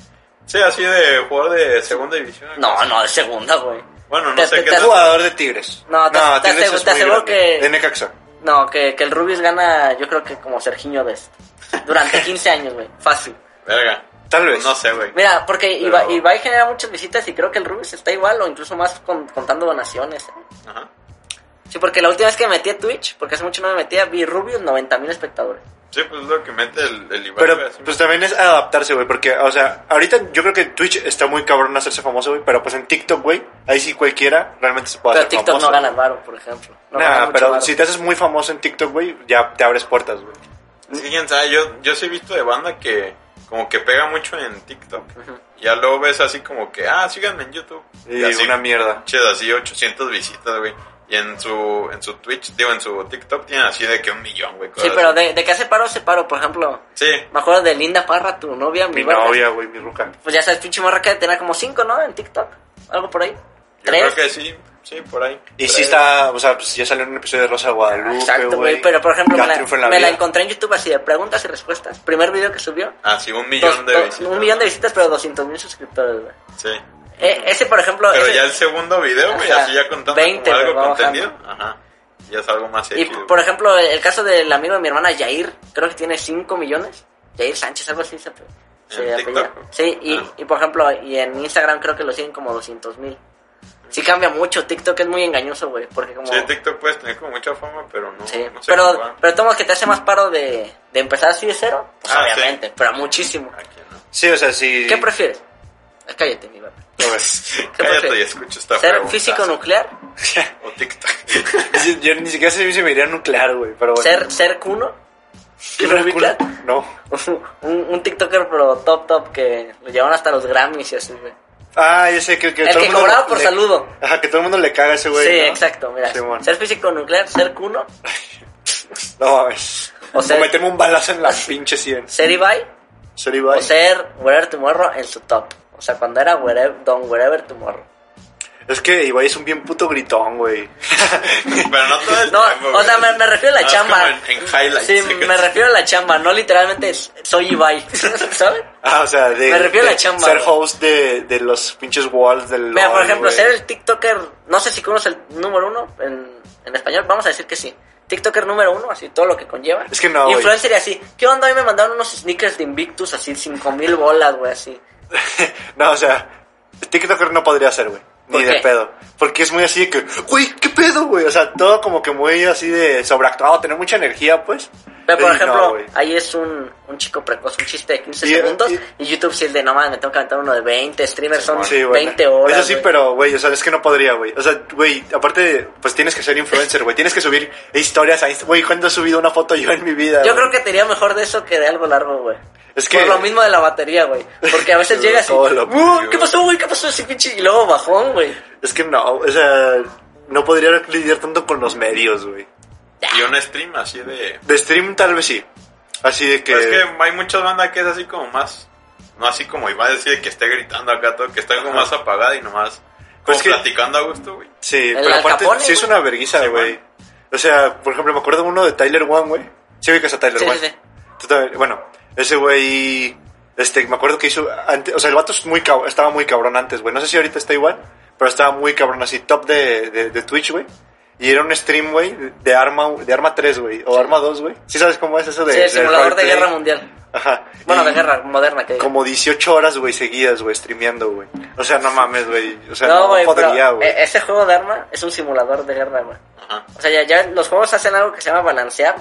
C: sí, así de jugador de segunda división.
B: No, no, de segunda, güey.
C: Bueno,
B: Te-
C: no sé
B: te-
C: qué
B: te-
C: tal.
A: Jugador de Tigres.
B: No, te- te aseguro- te
A: muy
B: aseguro
A: grande.
B: que-
A: De Necaxa.
B: No, que, que el Rubius gana, yo creo que como Serginho Dest. Durante
C: (laughs)
B: 15 años, güey. Fácil.
C: Verga.
A: Tal vez.
C: No sé, güey.
B: Mira, porque Iba-
C: Pero-
B: Ibai, genera muchas visitas y creo que el Rubius está igual o incluso más con- contando donaciones. ¿eh?
C: Ajá.
B: Sí, porque la última vez que me metí a Twitch, porque hace mucho no me metía, vi Rubius 90 mil espectadores.
C: Sí, pues es lo que mete el, el Ibai,
A: Pero
C: güey, así.
A: pues también es adaptarse, güey, porque, o sea, ahorita yo creo que Twitch está muy cabrón hacerse famoso, güey, pero pues en TikTok, güey, ahí sí cualquiera realmente se puede
B: Pero
A: hacer
B: TikTok
A: famoso.
B: no gana varo, por ejemplo. No
A: Nah,
B: gana mucho
A: pero
B: varo.
A: si te haces muy famoso en TikTok, güey, ya te abres puertas, güey.
C: Sí, quién sabe, yo, yo sí he visto de banda que como que pega mucho en TikTok. Y ya luego ves así como que, ah, síganme en YouTube.
A: Y una mierda.
C: pinches así 800 visitas, güey. Y en su, en su Twitch, digo, en su TikTok tienen así de que un millón, güey.
B: Sí,
C: cosas
B: pero
C: así.
B: de, de que hace paro, se paro. Por ejemplo,
C: Sí,
B: me acuerdo de Linda Parra, tu novia, mi,
A: Mi
B: verga.
A: novia, güey, mi ruca.
B: Pues ya sabes, pinche morra que tenía como cinco, ¿no? En TikTok. Algo por ahí. tres.
C: creo que sí, sí, por ahí.
A: Y
C: Tres.
A: sí está, o sea, pues ya salió en un episodio de Rosa de Guadalupe,
B: Exacto, güey. Pero por ejemplo,
A: Ya
B: me,
A: triunfa
B: la,
A: en la
B: me la
A: vida.
B: encontré en YouTube así de preguntas y respuestas. Primer video que subió.
C: Ah, sí, un
B: dos-
C: millón de
B: dos-
C: visitas.
B: un millón de visitas, pero 200 mil suscriptores, güey.
C: Sí.
B: E- ese, por ejemplo.
C: Pero
B: ese-
C: ya el segundo video, güey,
B: Ajá.
C: así ya contando
B: 20,
C: como algo
B: güey, va
C: contenido. Ajá. Ya es algo más
B: Y
C: X.
B: por ejemplo, el caso del amigo de mi hermana, Jair, creo que tiene 5 millones. Jair Sánchez, algo así se, ape- se
C: ¿En
B: apellida.
C: TikTok?
B: Sí, y,
C: Ah.
B: y por ejemplo, y en Instagram creo que lo siguen como 200 mil. Sí cambia mucho, TikTok es muy engañoso, güey, porque como...
C: Sí, TikTok puedes tener como mucha fama, pero no.
B: Sí,
C: no sé
B: pero,
C: cómo va.
B: pero tomo que te hace más paro de, de empezar así de cero, pues
C: Ah,
B: obviamente, pero muchísimo.
C: Aquí
B: (laughs)
C: no.
A: Sí, o sea, sí.
B: ¿Qué prefieres? Ah, Cállate, mi papá.
A: A ver.
B: fue?
C: Cállate y escucha esta
B: ¿Ser
C: pregunta.
B: físico nuclear?
C: (laughs) O TikTok. (laughs)
A: Sí, (laughs) Yo ni siquiera sé si me iría nuclear, güey, pero bueno.
B: ¿Ser, ser cuno? (laughs) ¿Sí me ubicas?
A: No.
B: un, un TikToker pero top top que lo llevan hasta los Grammys y así, güey.
A: Ah, yo sé que, que
B: El
A: todo
B: que
A: el mundo
B: cobraba
A: le-
B: por
A: le-
B: saludo.
A: Ajá, que todo el mundo le caga a ese güey.
B: sí,
A: ¿no?
B: exacto, mira.
A: Simón.
B: ser físico nuclear, ser cuno,
A: No mames.
B: O
A: O
B: sea-
A: meterme un balazo
B: (laughs)
A: en la pinche 100.
B: ser Ibai
A: Ser Ibai.
B: o ser Wherever Tomorrow en su top. O sea, cuando era wherever, Don Wherever Tomorrow.
A: Es que Ibai es un bien puto gritón, güey.
C: pero no todo el
B: No,
C: tiempo,
B: o
C: güey.
B: sea, me, me refiero a la
C: No, Ah, es
B: chamba.
C: como en, en highlights.
B: Sí, me refiero a la chamba, no literalmente es- soy Ibai, (laughs) ¿sabes?
A: Ah, o sea, de.
B: Me refiero a la
A: de
B: chamba,
A: Ser
B: güey.
A: host de, de los pinches walls del.
B: Mira, por
A: LOL,
B: ejemplo,
A: güey.
B: ser el TikToker, no sé si conoce el número uno en, en español, vamos a decir que sí. TikToker número uno, así todo lo que conlleva.
A: Es que no, güey.
B: Influencer y así. ¿Qué onda? Hoy me mandaron unos sneakers de Invictus, así, cinco mil bolas, güey, así.
A: No, o sea, TikToker no podría ser, güey. Ni
B: ¿Por qué?
A: de pedo. Porque es muy así de que, güey, ¿qué pedo, güey? O sea, todo como que muy así de sobreactuado, tener mucha energía, pues.
B: Pero, por
A: Y no,
B: ejemplo,
A: güey.
B: ahí es un, un chico precoz, un chiste de 15
A: Y-
B: segundos. Y,
A: y-
B: YouTube sí es de, no mames, me tengo que aventar uno de 20. Streamers son
A: Sí, bueno.
B: 20 horas.
A: Eso sí,
B: güey.
A: pero, güey, o sea, es que no podría, güey. O sea, güey, aparte, pues tienes que ser influencer, güey. Tienes que subir historias a Insta- Güey, ¿cuándo he subido una foto yo en mi vida?
B: Yo
A: güey?
B: creo que te iría mejor de eso que de algo largo, güey.
A: Es que-
B: Por lo mismo de la batería, güey. Porque a veces
A: (laughs) Yo
B: llegas y.
A: todo lo-
B: "Uh, ¿Qué pasó, güey? ¿Qué pasó? Ese pinche. Y luego bajón, güey.
A: Es que no, o sea, no podría lidiar tanto con los medios, güey.
C: Y un stream así de.
A: De stream tal vez sí. Así de que...
C: Pues es que hay muchas bandas que es así como más. No así como Ibai decir que esté gritando acá todo, que está como
A: Ajá.
C: más apagada y nomás. Como
A: Pues es que-
C: platicando a gusto, güey.
A: Sí,
B: Al
A: pero aparte
B: Capone,
A: sí es
B: güey.
A: una vergüenza,
C: Sí,
A: güey.
C: man.
A: o sea, por ejemplo, me acuerdo de uno de Tyler One, güey. Sí, ubicas a Tyler
B: Sí,
A: One.
B: sí, sí.
A: Tú también- bueno, ese güey, este, me acuerdo que hizo, ante- o sea, el vato es muy cab- estaba muy cabrón antes, güey. No sé si ahorita está igual, pero estaba muy cabrón así, top de, de, de Twitch, güey. Y era un stream, güey, de arma, de arma 3, güey, o arma 2, güey. Sí sabes cómo es eso de...
B: Sí, el
A: del
B: simulador de
A: roleplay?
B: guerra mundial.
A: Ajá.
B: Bueno,
A: Y
B: de guerra moderna que diga.
A: Como 18 horas, güey, seguidas, güey, streameando, güey. O sea, no mames, güey. O sea,
B: No,
A: no,
B: güey,
A: podría,
B: pero
A: güey.
B: e- ese juego de arma es un simulador de guerra, güey.
C: Ajá.
B: O sea, ya, ya los juegos hacen algo que se llama balancear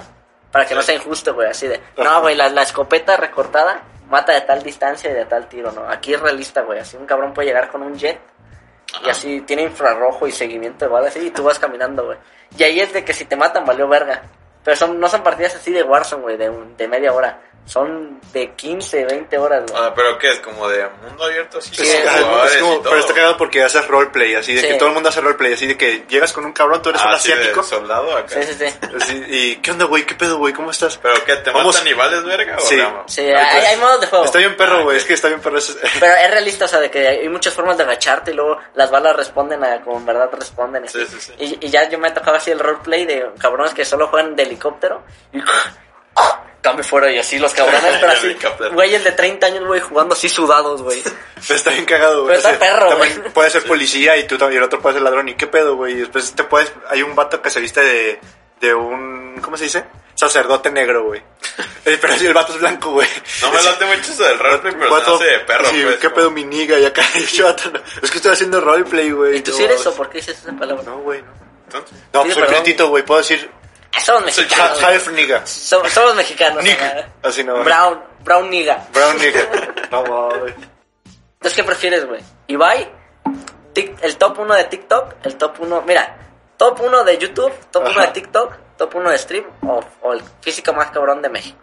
B: para que no sea injusto, güey. Así de, no, güey, la, la escopeta recortada mata de tal distancia y de tal tiro, ¿no? Aquí es realista, güey. Así un cabrón puede llegar con un jet y
C: Ajá.
B: así tiene infrarrojo y seguimiento de balas así, y tú vas caminando, güey. Y ahí es de que si te matan, valió verga. Pero son, no son partidas así de Warzone, güey, de, un- de media hora. Son de 15, 20 horas, güey.
C: Ah, pero que es como de mundo abierto así.
A: Es-
B: Sí, eh,
A: es-
C: con
A: es
C: jugadores
A: como-
C: y todo.
A: pero este está cagado porque haces roleplay, así de
B: Sí.
A: que todo el mundo hace roleplay, así de que llegas con un cabrón, tú eres
C: Ah,
A: un
C: así de
A: asiático.
C: soldado acá.
B: Sí, sí, sí.
A: así, y ¿qué onda, güey? ¿Qué pedo, güey? ¿Cómo estás?
C: Pero que te
A: Vamos-
C: matan y vales verga o
A: Sí.
C: no?
B: Sí,
C: pues,
B: hay, hay modos de juego.
A: Está bien perro,
C: Ah,
A: güey,
C: ok.
A: es que está bien perro. eso es- (laughs)
B: Pero es realista, o sea, de que hay muchas formas de agacharte y luego las balas responden a como en verdad responden.
C: Sí,
B: así.
C: sí, sí.
B: Y, y ya yo me tocaba así el roleplay de cabrones que solo juegan de helicóptero y (laughs) cambio fuera y así los cabrones,
A: (laughs)
B: pero así,
C: Helicóptero.
B: güey, el de 30 años, güey, jugando así sudados, güey.
A: Está bien cagado, güey.
B: Pero está
A: Así,
B: perro,
A: también
B: güey.
A: Puedes ser policía y tú tam- y el otro puede ser ladrón. ¿Y qué pedo, güey? Y Después te puedes. Hay un vato que se viste de, de un. ¿Cómo se dice? Sacerdote negro, güey. Eh, Pero sí, el vato es blanco, güey.
C: No me late mucho eso del roleplay, pero se
A: Vato-
C: hace de perro,
A: sí,
C: pues.
A: ¿Qué
C: como-
A: pedo mi niga? Y acá (laughs) el vato, no. Es que estoy haciendo roleplay, güey.
B: ¿Y tú
A: No,
B: sí eres o
A: güey.
B: por qué dices esa palabra?
A: No, güey, no.
C: Entonces,
A: No,
B: Pide
A: soy
B: perdón.
A: prietito, güey. Puedo decir
B: Ah, Somos
A: (laughs)
B: mexicanos.
A: ha-
B: güey.
A: half nigga.
B: Somos, somos mexicanos.
A: Nigga.
B: ¿verdad?
A: Así no.
B: Brown, brown nigga.
A: Brown
B: (laughs)
A: nigga. No, mames.
B: Entonces, ¿qué prefieres, güey? ¿Ibai? Tic- ¿El top 1 de TikTok? ¿El top 1? Mira, top 1 de YouTube, top 1
A: Ajá.
B: de TikTok, top 1 de stream o, o el físico más cabrón de México.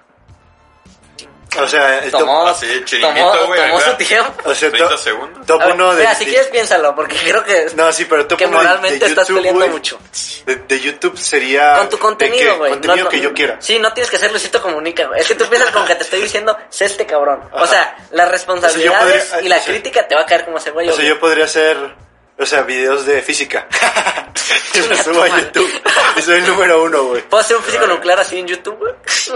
A: O sea, el top,
B: Tomó,
C: así, chiringuito,
B: tomó,
C: güey,
B: tomó
C: acá.
B: su tiempo.
A: o sea,
C: 30
A: top-
C: segundos.
A: top
B: A ver,
A: uno de.
B: mira, si quieres piénsalo, porque creo que,
A: No, sí, pero top
B: que
A: uno de-
B: moralmente
A: de
B: estás
A: YouTube,
B: peleando
A: güey.
B: mucho.
A: De, de YouTube sería.
B: Con tu
A: de
B: contenido,
A: que-
B: güey.
A: Contenido
B: No-
A: que yo quiera.
B: Sí, no tienes que ser Luisito Comunica, güey. Es que tú piensas como que te estoy diciendo, sé este cabrón. O
A: Ajá.
B: sea, las
A: podría-
B: responsabilidades y la
A: o sea,
B: crítica te va a caer como ese güey.
A: O sea,
B: güey.
A: yo podría ser O sea, videos de física. y
B: (laughs)
A: me subo a YouTube. Y soy el número uno, güey.
B: ¿Puedo hacer un físico nuclear así en YouTube,
A: (laughs)
B: güey?
A: Sí.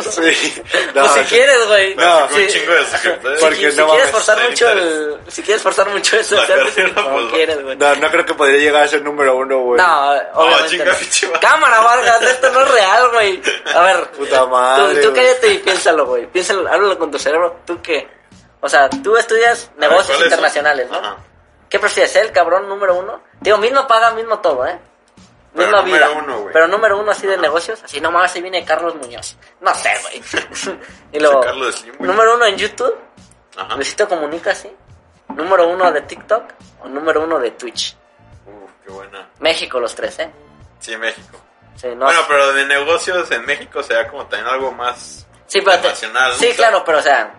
B: (laughs) pues si quieres, güey.
A: No,
B: Sí.
C: un chingo de suscriptores.
B: Si-
A: Porque
B: si,
A: no
B: quieres
A: mames,
B: forzar
C: está
B: mucho el,
C: interesante.
B: si quieres forzar mucho eso,
C: La
B: o sea,
C: carrera,
B: sí, como
C: pues, no.
B: quieres, güey. No,
A: No, no creo que podría llegar a ser número uno, güey.
B: obviamente.
C: chinga,
B: no.
C: pinche madre.
B: Cámara, Vargas, esto no es real, güey. A ver,
A: Puta
B: tú-
A: madre,
B: tú,
A: güey.
B: cállate y piénsalo, güey. Piénsalo, háblalo con tu cerebro. ¿Tú qué? O sea, tú estudias
C: A ver,
B: negocios
C: ¿cuáles son?
B: internacionales, ¿no?
C: Ajá.
B: ¿Qué prefieres? ¿Ser el cabrón número uno? Digo, mismo paga, mismo todo, ¿eh?
C: Pero
B: Misma
C: número
B: vida.
C: uno, güey.
B: pero número uno así de negocios, así nomás se viene Carlos Muñoz. No sé, güey. (laughs) y luego,
C: Carlos Slim, güey. Ah.
B: número uno en YouTube,
C: Ajá.
B: Luisito Comunica, sí. Número uno de TikTok o número uno de Twitch.
C: Uf, Uh, qué buena.
B: México los tres, ¿eh?
C: Sí, México.
B: Sí, no,
C: Bueno, pero de negocios en México será como también algo más
B: sí, pero te-
C: internacional. ¿no?
B: sí, claro, pero o sea,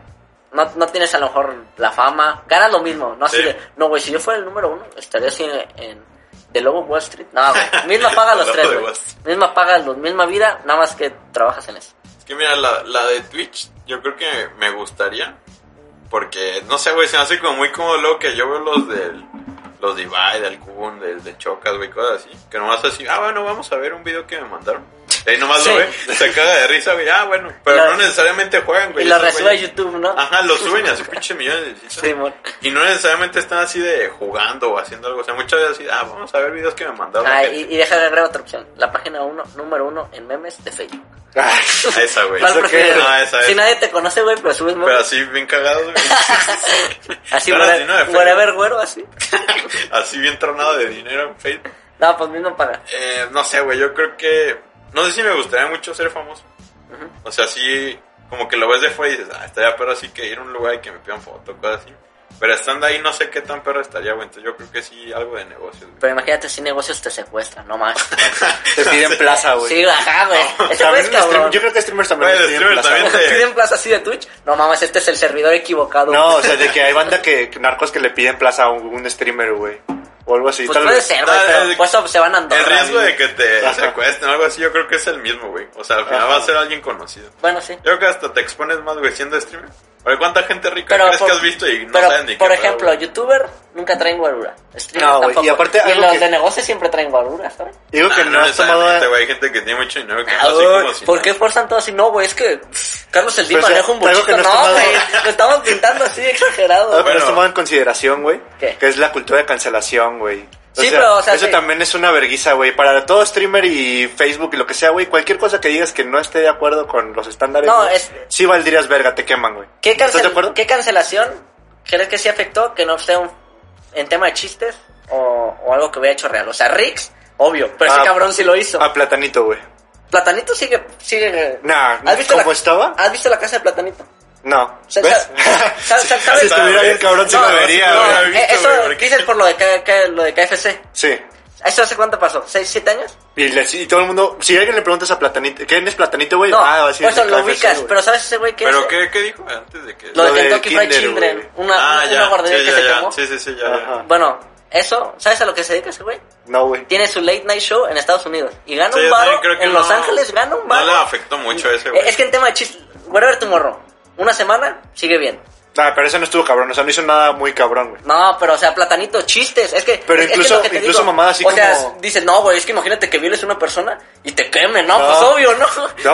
B: no, no tienes a lo mejor la fama. Ganas lo mismo, no así
C: Sí.
B: de, no, güey, si yo fuera el número uno, estaría así en, en The Lobo Wall Street. No,
C: (laughs)
B: güey, misma paga los
C: Lobo
B: tres,
C: de
B: güey.
C: Wall Street.
B: Misma paga, los- misma vida, nada más que trabajas en eso.
C: Es que mira, la, la de Twitch yo creo que me gustaría. Porque, no sé, güey, se me hace como muy cómodo luego que yo veo los del... Los Divide, del Kun, del de Chocas, güey, cosas así. Que nomás así, ah, bueno, vamos a ver un video que me mandaron. Y ahí nomás
B: Sí.
C: lo ve, se caga de risa, güey, ah, bueno. Pero
B: Lo-
C: no necesariamente juegan, güey.
B: y lo
C: esos
B: resube a
C: güeyes.
B: YouTube, ¿no?
C: Ajá, lo suben y así pinche millones de visitas.
B: Sí, mon.
C: Y no necesariamente están así de jugando o haciendo algo. O sea, muchas veces así, ah, vamos a ver videos que me mandaron.
B: Ah,
C: gente".
B: y, y deja de agregar otra opción. La página uno, número uno en memes de Facebook.
C: Ah, Esa, güey.
B: ¿Cuál
C: Esa que-
B: prefieres?
C: No, Ah, esa
B: Si
C: es.
B: nadie te conoce, güey, pero subes
C: Pero
B: memes.
C: así bien cagados, güey.
B: Así,
C: Claro,
B: whate-
C: si no, de Facebook.
B: whatever, güero, así.
C: así bien tronado de dinero en Facebook.
B: No, pues mismo paga.
C: Eh, no sé, güey, yo creo que... No sé si me gustaría mucho ser famoso.
B: Ujú.
C: O sea, sí, como que lo ves de fuera y dices, ah, estaría perro así que ir a un lugar y que me pidan foto, cosas así. Pero estando ahí no sé qué tan perro estaría, güey. Entonces yo creo que sí, algo de negocios, güey.
B: Pero imagínate si negocios te secuestran, no más. (laughs)
A: Te piden
C: Ah,
A: plaza, güey.
B: Sí, ajá, güey. Ese güey es
A: También los stream-
B: cabrón.
A: yo creo que streamers también
C: Güey,
A: les piden
C: streamers
A: plaza,
C: también
A: güey.
B: (laughs)
C: te-
B: Piden plaza así de Twitch. No mames, este es el servidor equivocado.
A: No, o sea, de que hay banda que, que narcos que le piden plaza a un, un streamer, güey. O algo así,
B: pues
A: tal
B: puede
A: vez.
B: ser, güey,
C: No,
B: pero
C: es-
B: pues eso se van a Andorra.
C: Ah, El riesgo
B: güey.
C: de que
B: (laughs)
C: te
A: Ajá.
C: secuestren o algo así, yo creo que es el mismo, güey. O sea, al final
A: Ajá.
C: va a ser alguien conocido.
B: Bueno, sí.
C: Yo creo que hasta te expones más, güey, siendo streamer. Oye, ¿cuánta gente rica
B: Pero
C: crees
B: por,
C: que has visto y no
B: pero,
C: saben ni
B: por
C: qué? pedo,
B: ejemplo,
C: güey?
B: youtuber nunca traen guarura. Streamer
A: No, güey, y
B: tampoco.
A: aparte
B: Y
A: algo
B: los
A: que-
B: de negocios siempre traen guarura, ¿sabes?
A: Digo que no, has
C: Nah,
A: tomado.
C: necesariamente, güey, hay gente que tiene mucho dinero que no, así
B: Ay,
C: Ah, como si
B: Ah, ¿Por
C: nada. Pues
B: qué forzan todo así? No, güey, es que Carlos Slim
A: Pero, o sea,
B: maneja un
A: algo
B: buchito.
A: que no has
B: No,
A: tomado-
B: güey, lo estamos pintando así exagerado.
A: Algo
B: güey.
A: que no
C: Bueno.
A: has tomado en consideración, güey.
B: ¿Qué?
A: Que es la cultura de cancelación, güey. O
B: Sí,
A: sea,
B: pero, o sea,
A: eso
B: sí.
A: también es una verguiza, güey. Para todo streamer y Facebook y lo que sea, güey, cualquier cosa que digas que no esté de acuerdo con los estándares,
B: No,
A: güey,
B: es-
A: sí valdrías verga, te queman, güey.
B: ¿Qué, cancel-
A: ¿Estás de acuerdo?
B: ¿Qué cancelación crees que sí afectó que no sea un- en tema de chistes o, o algo que hubiera hecho real? O sea, Rix, obvio, pero ese
A: Ah,
B: cabrón sí lo hizo.
A: A Platanito, güey.
B: Platanito sigue... sigue
A: Nah,
B: ¿Has visto
A: ¿cómo
B: la-
A: estaba?
B: ¿Has visto la casa de Platanito?
A: No.
B: O sea,
A: ¿Ves? (laughs)
B: sa- sa- ¿sabes?
A: Si estuviera bien cabrón, sí
B: No,
A: lo vería,
B: no,
A: güey.
C: lo hubiera
B: eh,
C: visto,
B: Eso
C: güey, porque-
B: dices por lo de, K- K- lo de KFC.
A: Sí.
B: ¿Eso hace cuánto pasó? ¿Seis, siete años?
A: Y, le- y todo el mundo, si alguien le preguntas a Platanito, ¿quién es Platanito, güey?
B: No,
A: ah, va a
B: por
A: decir
B: eso lo
A: KFC,
B: ubicas,
A: güey.
B: pero ¿sabes ese güey qué
C: ¿Pero
B: es?
C: qué, qué dijo antes de que...?
B: Lo de
A: Lo del
B: Kentucky Fried
A: Kinder,
B: Children,
A: güey.
B: una,
C: ah,
B: una
C: ya,
B: guardería
C: sí,
B: que
C: ya,
B: se
C: ya.
B: quemó.
C: Sí, sí, sí, ya,
A: Ajá.
C: ya.
B: Bueno, eso, ¿sabes a lo que se dedica ese güey?
A: No, güey.
B: Tiene su late night show en Estados Unidos y gana
C: Sí,
B: un
C: yo también creo
B: barro
C: que
B: en Los
C: no-
B: Ángeles, gana un barro.
C: No le afectó mucho ese, güey.
B: Es que en tema de chiste, whatever tomorrow, una semana sigue bien.
A: Ah, pero ese no estuvo cabrón, o sea, no hizo nada muy cabrón, güey.
B: No, pero o sea, platanito, chistes, es que
A: Pero
B: es- es que
A: incluso-
B: lo que te
A: incluso
B: digo,
A: mamada así
B: O sea,
A: como-
B: dices, "No, güey, es que imagínate que violes a una persona y te queme, no,
A: No.
B: pues obvio, (laughs) no."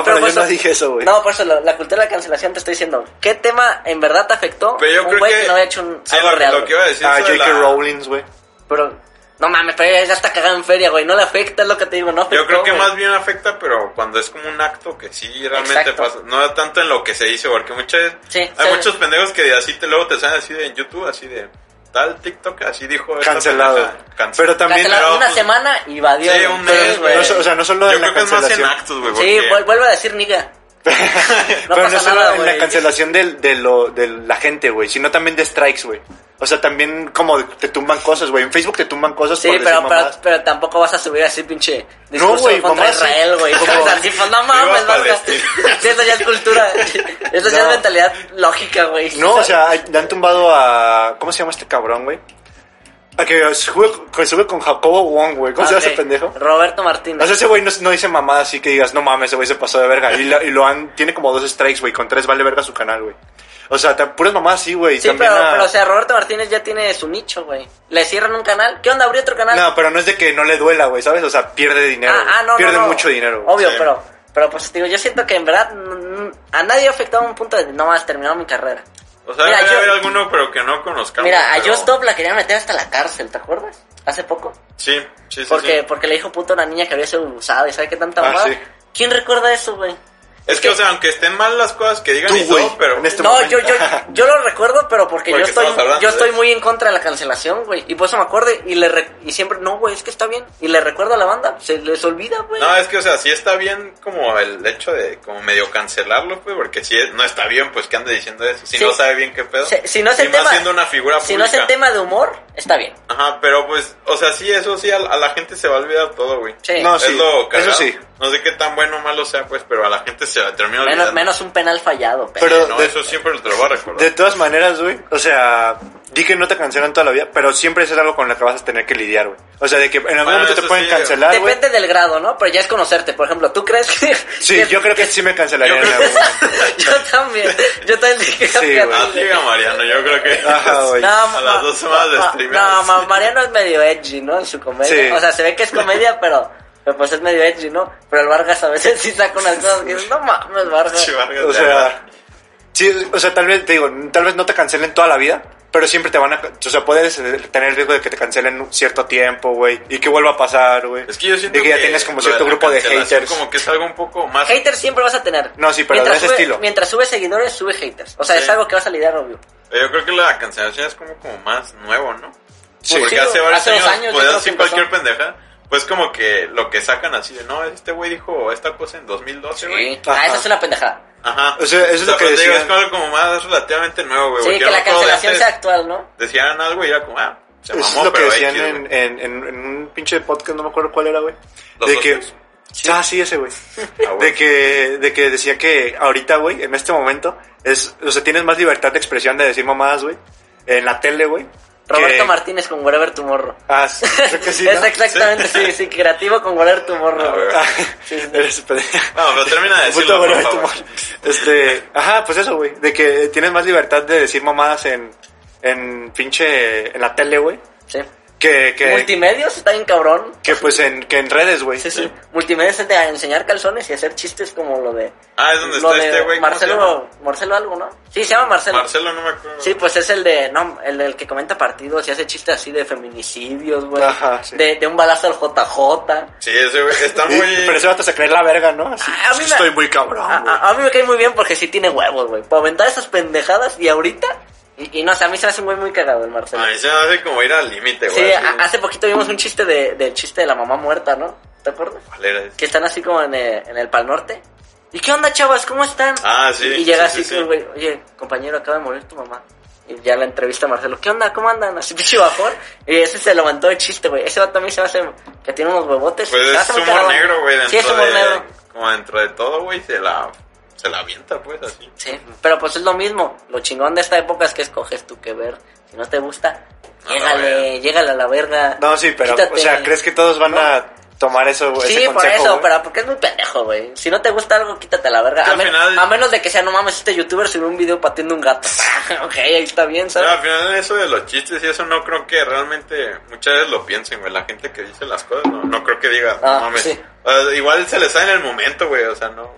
A: pero
B: por
A: yo no dije eso, güey.
B: No, por eso la, la cultura de la cancelación te estoy diciendo, ¿qué tema en verdad te afectó?
C: Pero yo
B: un
C: creo
B: güey
C: que...
B: que... no había hecho un
C: Ah,
B: algo
C: lo-
B: real.
C: Lo que iba a decir...
A: Ah,
C: eso de
A: J.K.
C: la-
A: Rowling,
B: (laughs)
A: güey.
B: Pero no mames, pero ella ya está cagada en feria, güey, no le afecta, es lo que te digo, no afectó,
C: Yo creo que
B: güey.
C: más bien afecta, pero cuando es como un acto que sí realmente
B: Exacto.
C: pasa. No tanto en lo que se dice, porque muchas veces
B: Sí,
C: hay
B: sí.
C: muchos pendejos que así te, luego te salen así de en YouTube, así de tal TikTok, así dijo. esta
A: Cancelado.
C: pendeja, cancelado.
A: Pero también...
B: Cancelar
C: pero,
B: una
C: pues,
B: semana y va Dios.
C: Sí, un
B: Pero,
C: mes, güey.
A: no so- o sea, no solo
C: Yo
A: en la
C: creo que es más en
A: cancelación.
C: actos,
B: Sí,
C: güey. porque-
B: vuel- vuelvo a decir
C: (laughs)
B: niga. No
A: pero
B: pasa
A: no solo
B: nada,
A: en
B: güey.
A: la cancelación del, de, lo, de la gente, güey, sino también de strikes, güey. O sea, también como te tumban cosas, güey. En Facebook te tumban cosas
B: Sí,
A: por decir
B: pero, pero,
A: mamadas.
B: pero tampoco vas a subir así pinche discurso
A: güey,
B: contra
A: mamá, sí.
B: Israel, güey.
A: Como-
B: (laughs) O sea, sí, pues no mames,
C: Viva
B: verga.
C: Palestina.
B: (laughs) Sí, eso ya es
A: (laughs)
B: cultura. Eso ya es
A: No.
B: mentalidad lógica, güey.
A: No, o sea, hay- le han tumbado a... ¿Cómo se llama este cabrón, güey? A que sube, que sube con Jacobo Wong, güey. ¿Cómo se llama
B: Ah,
A: ese
B: ok.
A: pendejo?
B: Roberto Martínez.
A: O sea, ese güey no, no dice mamada así que digas, no mames, ese güey se pasó de verga. Y, la- y lo han, tiene como dos strikes, güey, con tres vale verga su canal, güey. O sea, tan- puras mamadas sí, güey.
B: sí,
A: también
B: pero,
A: a-
B: pero, o sea, Roberto Martínez ya tiene su nicho, güey. Le cierran un canal. ¿Qué onda? ¿Abrí otro canal?
A: No, pero no es de que no le duela, güey, ¿sabes? O sea, pierde dinero.
B: ah,
A: güey.
B: ah, no, no,
A: pierde
B: no.
A: mucho dinero. güey.
B: Obvio,
C: Sí.
B: pero, pero pues digo, yo siento que en verdad mm, mm, a nadie ha afectado un punto de no más terminado mi carrera.
C: O sea,
B: Mira,
C: debe
B: yo-
C: haber alguno, pero que no conozcamos.
B: Mira, a
C: pero-
B: Just Stop la quería meter hasta la cárcel, ¿te acuerdas? Hace poco.
C: Sí, sí, sí.
B: Porque,
C: sí.
B: porque le dijo puto a una niña que había sido abusada y sabe qué tanta
A: Ah,
B: mamada.
A: sí.
B: ¿Quién recuerda eso, güey?
C: Es que, o sea, aunque estén mal las cosas que digan
A: Tú,
C: y todo,
A: güey,
C: pero.
A: en este-
B: no,
A: momento.
B: yo,
C: (laughs)
B: yo, yo lo recuerdo, pero porque,
C: Porque
B: yo estoy,
C: estamos hablando
B: yo
C: de
B: estoy
C: eso.
B: muy en contra de la cancelación, güey. Y por eso me acuerdo y le re- y siempre, no, güey, es que está bien. Y le recuerdo a la banda, se les olvida, güey.
C: No, es que, o sea, sí está bien como el hecho de como medio cancelarlo, pues, porque si es- no está bien, pues que ande diciendo eso. Si
B: Sí.
C: no sabe bien qué pedo.
B: Se- si no es
C: Y
B: el
C: más
B: tema-
C: siendo una figura
B: si no
C: pública.
B: es el tema de humor, está bien.
C: Ajá, pero pues, o sea, sí, eso sí, a, la- a la gente se va a olvidar todo, güey.
B: Sí.
A: No,
C: Es
A: sí.
C: lo cagado.
A: Eso sí.
C: No sé qué tan bueno o malo sea, pues, pero a la gente se la termina olvidando.
B: Menos, menos un penal fallado, pero.
A: Pero
C: No,
A: de-
C: eso siempre lo te lo voy a recordar.
A: De todas maneras, güey, o sea, di que no te cancelan toda la vida, pero siempre eso es algo con lo que vas a tener que lidiar, güey. O sea, de que en algún
C: Bueno,
A: momento te
C: eso
A: pueden
C: sí,
A: cancelar, güey.
B: Depende del grado, ¿no? Pero ya es conocerte. Por ejemplo, ¿tú crees que.?
A: (laughs) Sí, yo creo que sí me cancelarían
C: yo
A: en
C: creo
A: algún momento.
B: (laughs) yo también. Yo también creo
A: Sí,
B: que a ti,
A: güey.
C: Ah, sí, a Mariano, yo creo que. (laughs)
A: Ajá, güey.
C: A las dos semanas de
B: ma-
C: streaming.
B: No, ma- Mariano es medio edgy, ¿no? En su comedia.
A: Sí.
B: O sea, se ve que es comedia, pero, pero pues es medio edgy, ¿no? Pero el Vargas a veces sí saca unas cosas que dices, no mames, Vargas.
C: Che, Vargas,
A: O
C: ya.
A: sea, sí, o sea, tal vez, te digo, tal vez no te cancelen toda la vida, pero siempre te van a, o sea, puedes eh, tener el riesgo de que te cancelen un cierto tiempo, güey, y que vuelva a pasar, güey.
C: Es que yo siento
A: Y que ya tienes
C: lo
A: como cierto
C: la
A: grupo de
C: cancelación
A: haters.
C: Como que es algo un poco más.
B: Haters siempre vas a tener.
A: No, sí, pero de ese
B: sube,
A: estilo.
B: Mientras sube seguidores, sube haters. O sea,
C: Sí.
B: es algo que vas a lidiar, obvio.
C: Yo creo que la cancelación es como, como más nuevo, ¿no?
A: Sí.
C: Porque
B: Sí,
C: hace varios
B: hace dos
C: años,
B: años yo
C: podías
B: creo
C: decir
B: que empezó.
C: cualquier pendeja. Pues como que lo que sacan así de, no, este güey dijo esta cosa en 2012, güey.
B: Ah,
A: Ajá.
B: esa es una pendejada.
C: Ajá.
A: O sea, eso es lo que
C: pues, te digo,
A: decían.
C: es algo como más relativamente nuevo, güey.
B: Sí,
C: porque
B: que
C: yo me
B: la
C: acuerdo de
B: cancelación sea
C: antes,
B: actual, ¿no?
C: Decían algo y era como, ah, se
A: Eso
C: mamó,
A: es lo que
C: pero
A: decían
C: X,
A: en,
C: güey.
A: en, en, en un pinche podcast, no me acuerdo cuál era, güey.
C: Los
A: De que.
C: socios.
A: Ah, sí, ese, güey.
C: Ah, güey.
A: De que, de que decía que ahorita, güey, en este momento, es, o sea, tienes más libertad de expresión de decir mamadas, güey, en la tele, güey.
B: Roberto
A: que-
B: Martínez con Wherever Tomorrow.
A: Ah, sí, creo que sí, ¿no?
B: (laughs) es exactamente, sí. sí, creativo con Wherever
C: Ah, güey.
B: Tomorrow.
A: Ah,
B: Sí, sí.
A: eres
C: (laughs)
A: pendejo.
C: No, pero termina
A: (laughs)
C: de
A: Puto
C: decirlo, por
A: Roberto
C: favor.
A: Martínez. Este, ajá, pues eso, güey, de que tienes más libertad de decir mamadas en, en pinche, en la tele, güey,
B: sí.
A: que, que,
B: Multimedios está bien cabrón.
A: que pues en, que en redes, güey.
B: Sí, sí. Multimedia es el de enseñar calzones y hacer chistes como lo de.
C: Ah, es donde
B: lo
C: está
B: de
C: este güey. ¿cómo se llama?
B: Marcelo, Marcelo algo, ¿no? Sí, se llama Marcelo.
C: Marcelo, no me acuerdo.
B: Sí, pues es el de. No, el del que comenta partidos y hace chistes así de feminicidios, güey.
A: Ajá, sí.
B: de, de un balazo al JJ.
C: Sí, ese güey está
A: Y-
C: muy...
A: Pero ese vato se cree la verga, ¿no? Así,
B: Ah, a
A: es
B: mí
A: que
B: me- Ah,
A: estoy muy cabrón,
C: Ah,
B: A,
A: güey.
B: a- a mí me cae muy bien porque sí tiene huevos, güey. Para aventar esas pendejadas y ahorita. Y, y no sé, a mí se me hace muy, muy cagado el Marcelo.
C: A mí se me hace como ir al límite, güey.
B: sí,
C: así.
B: a- hace poquito vimos un chiste de, del chiste de la mamá muerta, ¿no? ¿Te acuerdas?
C: ¿Cuál era ese?
B: que están así como en el, en el Pal Norte. ¿Y qué onda, chavas? ¿Cómo están?
C: Ah, sí,
B: Y llega
C: sí,
B: así
C: sí,
B: el
C: sí.
B: güey, oye, compañero, acaba de morir tu mamá. Y ya la entrevista a Marcelo, ¿qué onda? ¿Cómo andan? Así (laughs) pinche bajón. Y ese se lo mandó de chiste, güey. Ese vato a mí se me hace que tiene unos huevotes.
C: Pues
B: Se me hace
C: es
B: muy
C: humor
B: cagado.
C: negro, güey.
B: Sí, es
C: dentro
B: humor
C: de-
B: negro.
C: Como dentro de todo, güey, se la, se la avienta, pues, así.
B: Sí, pero pues es lo mismo. Lo chingón de esta época es que escoges tú que ver. Si no te gusta,
C: No,
B: llégale, llégale a la verga.
A: No, sí, pero,
B: Quítate.
A: o sea, ¿crees que todos van a tomar eso, güey,
B: Sí,
A: ese
B: por
A: consejo,
B: eso,
A: güey?
B: pero porque es muy pendejo, güey. Si no te gusta algo, quítate a la verga.
C: Que
B: A,
C: al
B: men-
C: final-
B: a menos de que sea, no mames, este youtuber subió un video pateando un gato. (laughs) ok, ahí está bien,
C: Pero
B: ¿sabes?
C: al final eso de los chistes y eso no creo que realmente muchas veces lo piensen, güey. La gente que dice las cosas no, no creo que diga, no
B: Ah,
C: mames.
B: sí.
C: O sea, igual se les da en el momento, güey, o sea, no.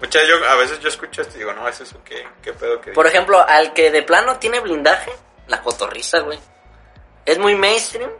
C: Muchas yo, a veces yo escucho esto y digo, no, ¿es eso qué, qué pedo que
B: Por
C: dice?
B: ejemplo, al que de plano tiene blindaje, la cotorriza, güey. Es muy mainstream.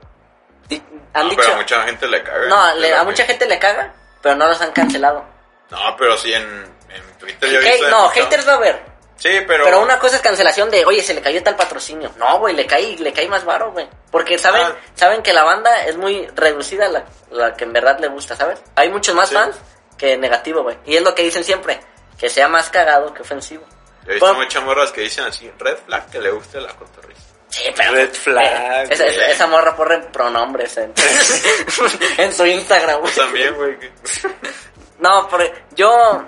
B: Di- Han
C: No,
B: dicho.
C: pero a mucha gente le caga.
B: No,
C: Es
B: le-
C: lo
B: a
C: que-
B: mucha gente le caga, pero no los han cancelado.
C: No, pero sí en, en Twitter yo he
B: Hate-
C: visto
B: no,
C: demasiado.
B: haters va a haber.
C: Sí, pero.
B: Pero una cosa es cancelación de, oye, se le cayó tal patrocinio. No, güey, le cae, le cae más varo, güey. Porque saben,
C: Ah.
B: saben que la banda es muy reducida la, la que en verdad le gusta, ¿sabes? Hay muchos más
C: Sí.
B: fans que negativo, güey. Y es lo que dicen siempre, que sea más cagado que ofensivo.
C: Yo he visto
B: Bueno,
C: muchas morras que dicen así, red flag que le guste la cotorriza.
B: sí, pero-
A: Red flag,
B: eh, esa, esa-
C: güey.
B: esa morra pone pronombres en, (laughs) en su Instagram, güey.
C: También, güey. que-
B: No, porque yo...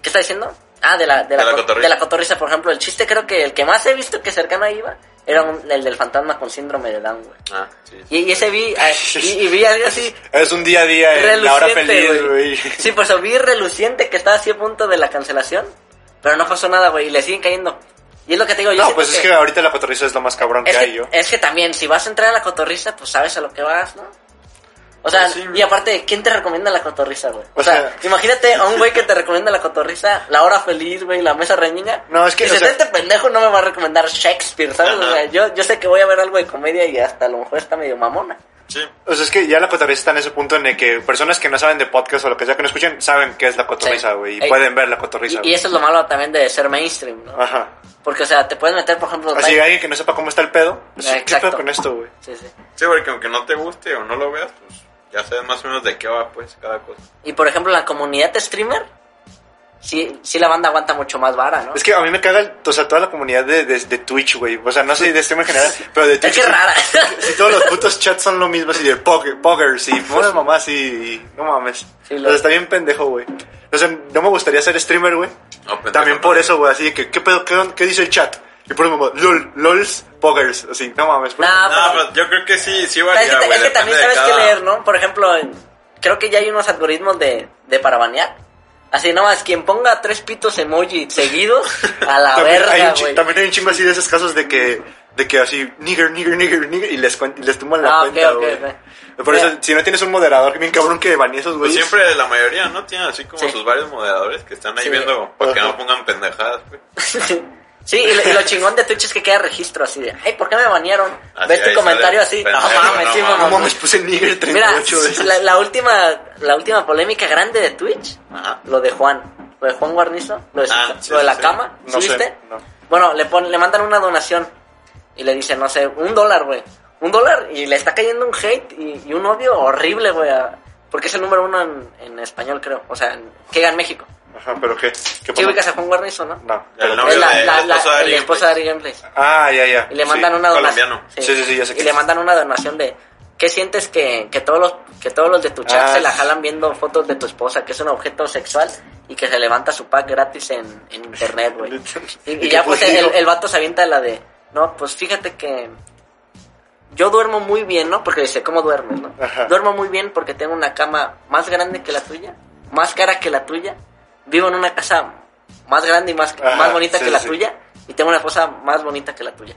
B: ¿Qué está diciendo? Ah, de la, de la,
C: De la
B: co-
C: cotorrisa.
B: de la cotorrisa, por ejemplo. El chiste creo que el que más he visto que cercano iba Era un- el del fantasma con síndrome de Down, güey.
C: Ah, sí. sí.
B: Y, y ese
A: (laughs)
B: vi, eh, y, y vi algo así
A: Es un día a día, en Eh, la hora
B: reluciente,
A: feliz,
B: güey.
A: güey.
B: Sí, pues vi reluciente que estaba así a punto de la cancelación, pero no pasó nada, güey, y le siguen cayendo. Y es lo que te digo,
A: (laughs)
B: yo
A: No,
B: siento
A: pues es que ahorita la patroniza es lo más cabrón que
B: es
A: hay,
B: que,
A: yo.
B: es que también, si vas a entrar a la cotorriza, pues sabes a lo que vas, ¿no? O sea,
C: Pues sí,
B: y
C: güey.
B: aparte, ¿quién te recomienda la cotorriza, güey? O,
A: O
B: sea,
A: sea-
B: imagínate a un güey
A: (laughs)
B: que te recomienda la cotorriza, la hora feliz, güey, la mesa reñiña.
A: No, es que,
B: Dices,
A: o sea-
B: este pendejo no me va a recomendar Shakespeare, ¿sabes? O
C: Ajá.
B: sea, yo, yo sé que voy a ver algo de comedia y hasta a lo mejor está medio mamona.
C: Sí.
A: O sea, es que ya la cotorriza está en ese punto en el que personas que no saben de podcast o lo que sea que no escuchen, saben qué es la cotorriza,
B: Sí.
A: güey. Y
B: Ey.
A: pueden ver la
B: Y,
A: cotorriza.
B: y eso es lo malo también de ser mainstream, ¿no?
A: Ajá.
B: Porque, o sea, te puedes meter, por ejemplo...
A: Así
B: Time-
A: alguien que no sepa cómo está el pedo, pues,
B: Ah,
A: ¿qué
B: exacto.
A: pedo con esto, güey?
B: Sí, sí.
C: Sí, porque aunque no te guste o no lo veas, pues ya sabes más o menos de qué va, pues, cada cosa.
B: Y, por ejemplo, la comunidad de streamer, sí, sí la banda aguanta mucho más vara, ¿no?
A: Es que a mí me caga, el- o sea, toda la comunidad de, de, de Twitch, güey. O sea, no sé de stream en general, pero de
B: Es
A: Twitch.
B: que es
A: (laughs)
B: rara. (laughs)
A: Si todos los putos chats son lo mismo, así de pogger- poggers y buenas mamás y, y no mames.
B: Sí,
A: O
B: lo-
A: sea, está bien pendejo, güey. O sea, no me gustaría ser streamer, güey.
C: No, pendejo,
A: También
C: no.
A: por eso, güey, así de que, ¿qué pedo? ¿Qué, qué dice el chat? Y por eso, mamá, lol, lols, poggers, así, no mames. pues.
B: Nah,
C: No,
B: pero-
C: pues yo creo que sí, sí
B: Pero
C: varía,
B: es que,
C: güey.
B: es que también
C: depende de
B: sabes qué
C: cada-
B: leer, ¿no? Por ejemplo, en- creo que ya hay unos algoritmos de, de para banear. Así nomás, quien ponga tres pitos emoji seguidos, a
C: (laughs)
B: la
A: También hay,
B: verga,
A: un chi-
B: güey.
A: también hay un chingo así de esos casos de que, de que así, nigger, nigger, nigger, nigger, y les, cuen- y les tumban la
B: Ah, ok,
A: cuenta,
B: ok,
A: güey.
B: ok.
A: Por
B: Mira.
A: eso, si no tienes un moderador bien cabrón que banee esos
C: Pues
A: güeyes.
C: siempre la mayoría, ¿no? Tienen así como
B: Sí.
C: sus varios moderadores que están ahí
B: Sí.
C: viendo para que
A: Ajá.
C: no pongan pendejadas, güey.
B: (laughs) Sí, y lo, y lo chingón de Twitch es que queda registro así de, ay, ¿por qué me banearon?
C: Así,
B: Ves tu
C: ahí
B: comentario
C: sale.
B: así, no
C: Pendejo,
B: mames,
C: no
B: sí,
C: mames.
A: No
B: mamón.
A: mames, puse nigger
B: Mira,
A: 38 veces.
B: la, la última, la última polémica grande de Twitch, ah,
C: Ajá.
B: lo de Juan, lo de Juan Guarnizo, lo de, su-
C: Ah, sí,
B: lo de
C: sí,
B: la
C: sí.
B: cama, ¿sí
A: No sé,
B: viste?
A: no.
B: Bueno, le, pon- le mandan una donación y le dicen, no sé, un dólar, güey, un dólar y le está cayendo un hate y, y un odio horrible, güey, a- porque es el número uno en, en español, creo, o sea, en, que en México.
A: Ajá, pero qué, qué
B: Sí
A: pasó?
B: ubicas a Juan Guarnizo, ¿no?
A: No,
C: El
A: pero-
C: nombre
B: Es la,
C: de
B: la- la-
C: esposa de
B: el
C: Ari
B: esposa de Ari Gameplays.
A: Ah, ya, ya.
B: Y le mandan
A: Sí.
B: una donación.
C: colombiano.
A: Sí, sí, sí, ya sé
B: Y
A: que
B: le
A: es.
B: mandan una donación de. ¿Qué sientes que, que todos los que todos los de tu chat
A: Ah,
B: se la
A: sí.
B: jalan viendo fotos de tu esposa, que es un objeto sexual y que se levanta su pack gratis en, en internet,
A: (laughs)
B: güey? Y, y
A: ¿Y
B: ya
A: qué
B: pues
A: fue,
B: el,
A: digo?
B: el vato se avienta la de, no, pues fíjate que yo duermo muy bien, ¿no? Porque dice, ¿cómo duermes, no?
A: Ajá.
B: Duermo muy bien porque tengo una cama más grande que la tuya, más cara que la tuya, vivo en una casa más grande y más,
A: Ajá,
B: más bonita
A: sí,
B: que la
A: sí.
B: tuya y tengo una esposa más bonita que la tuya.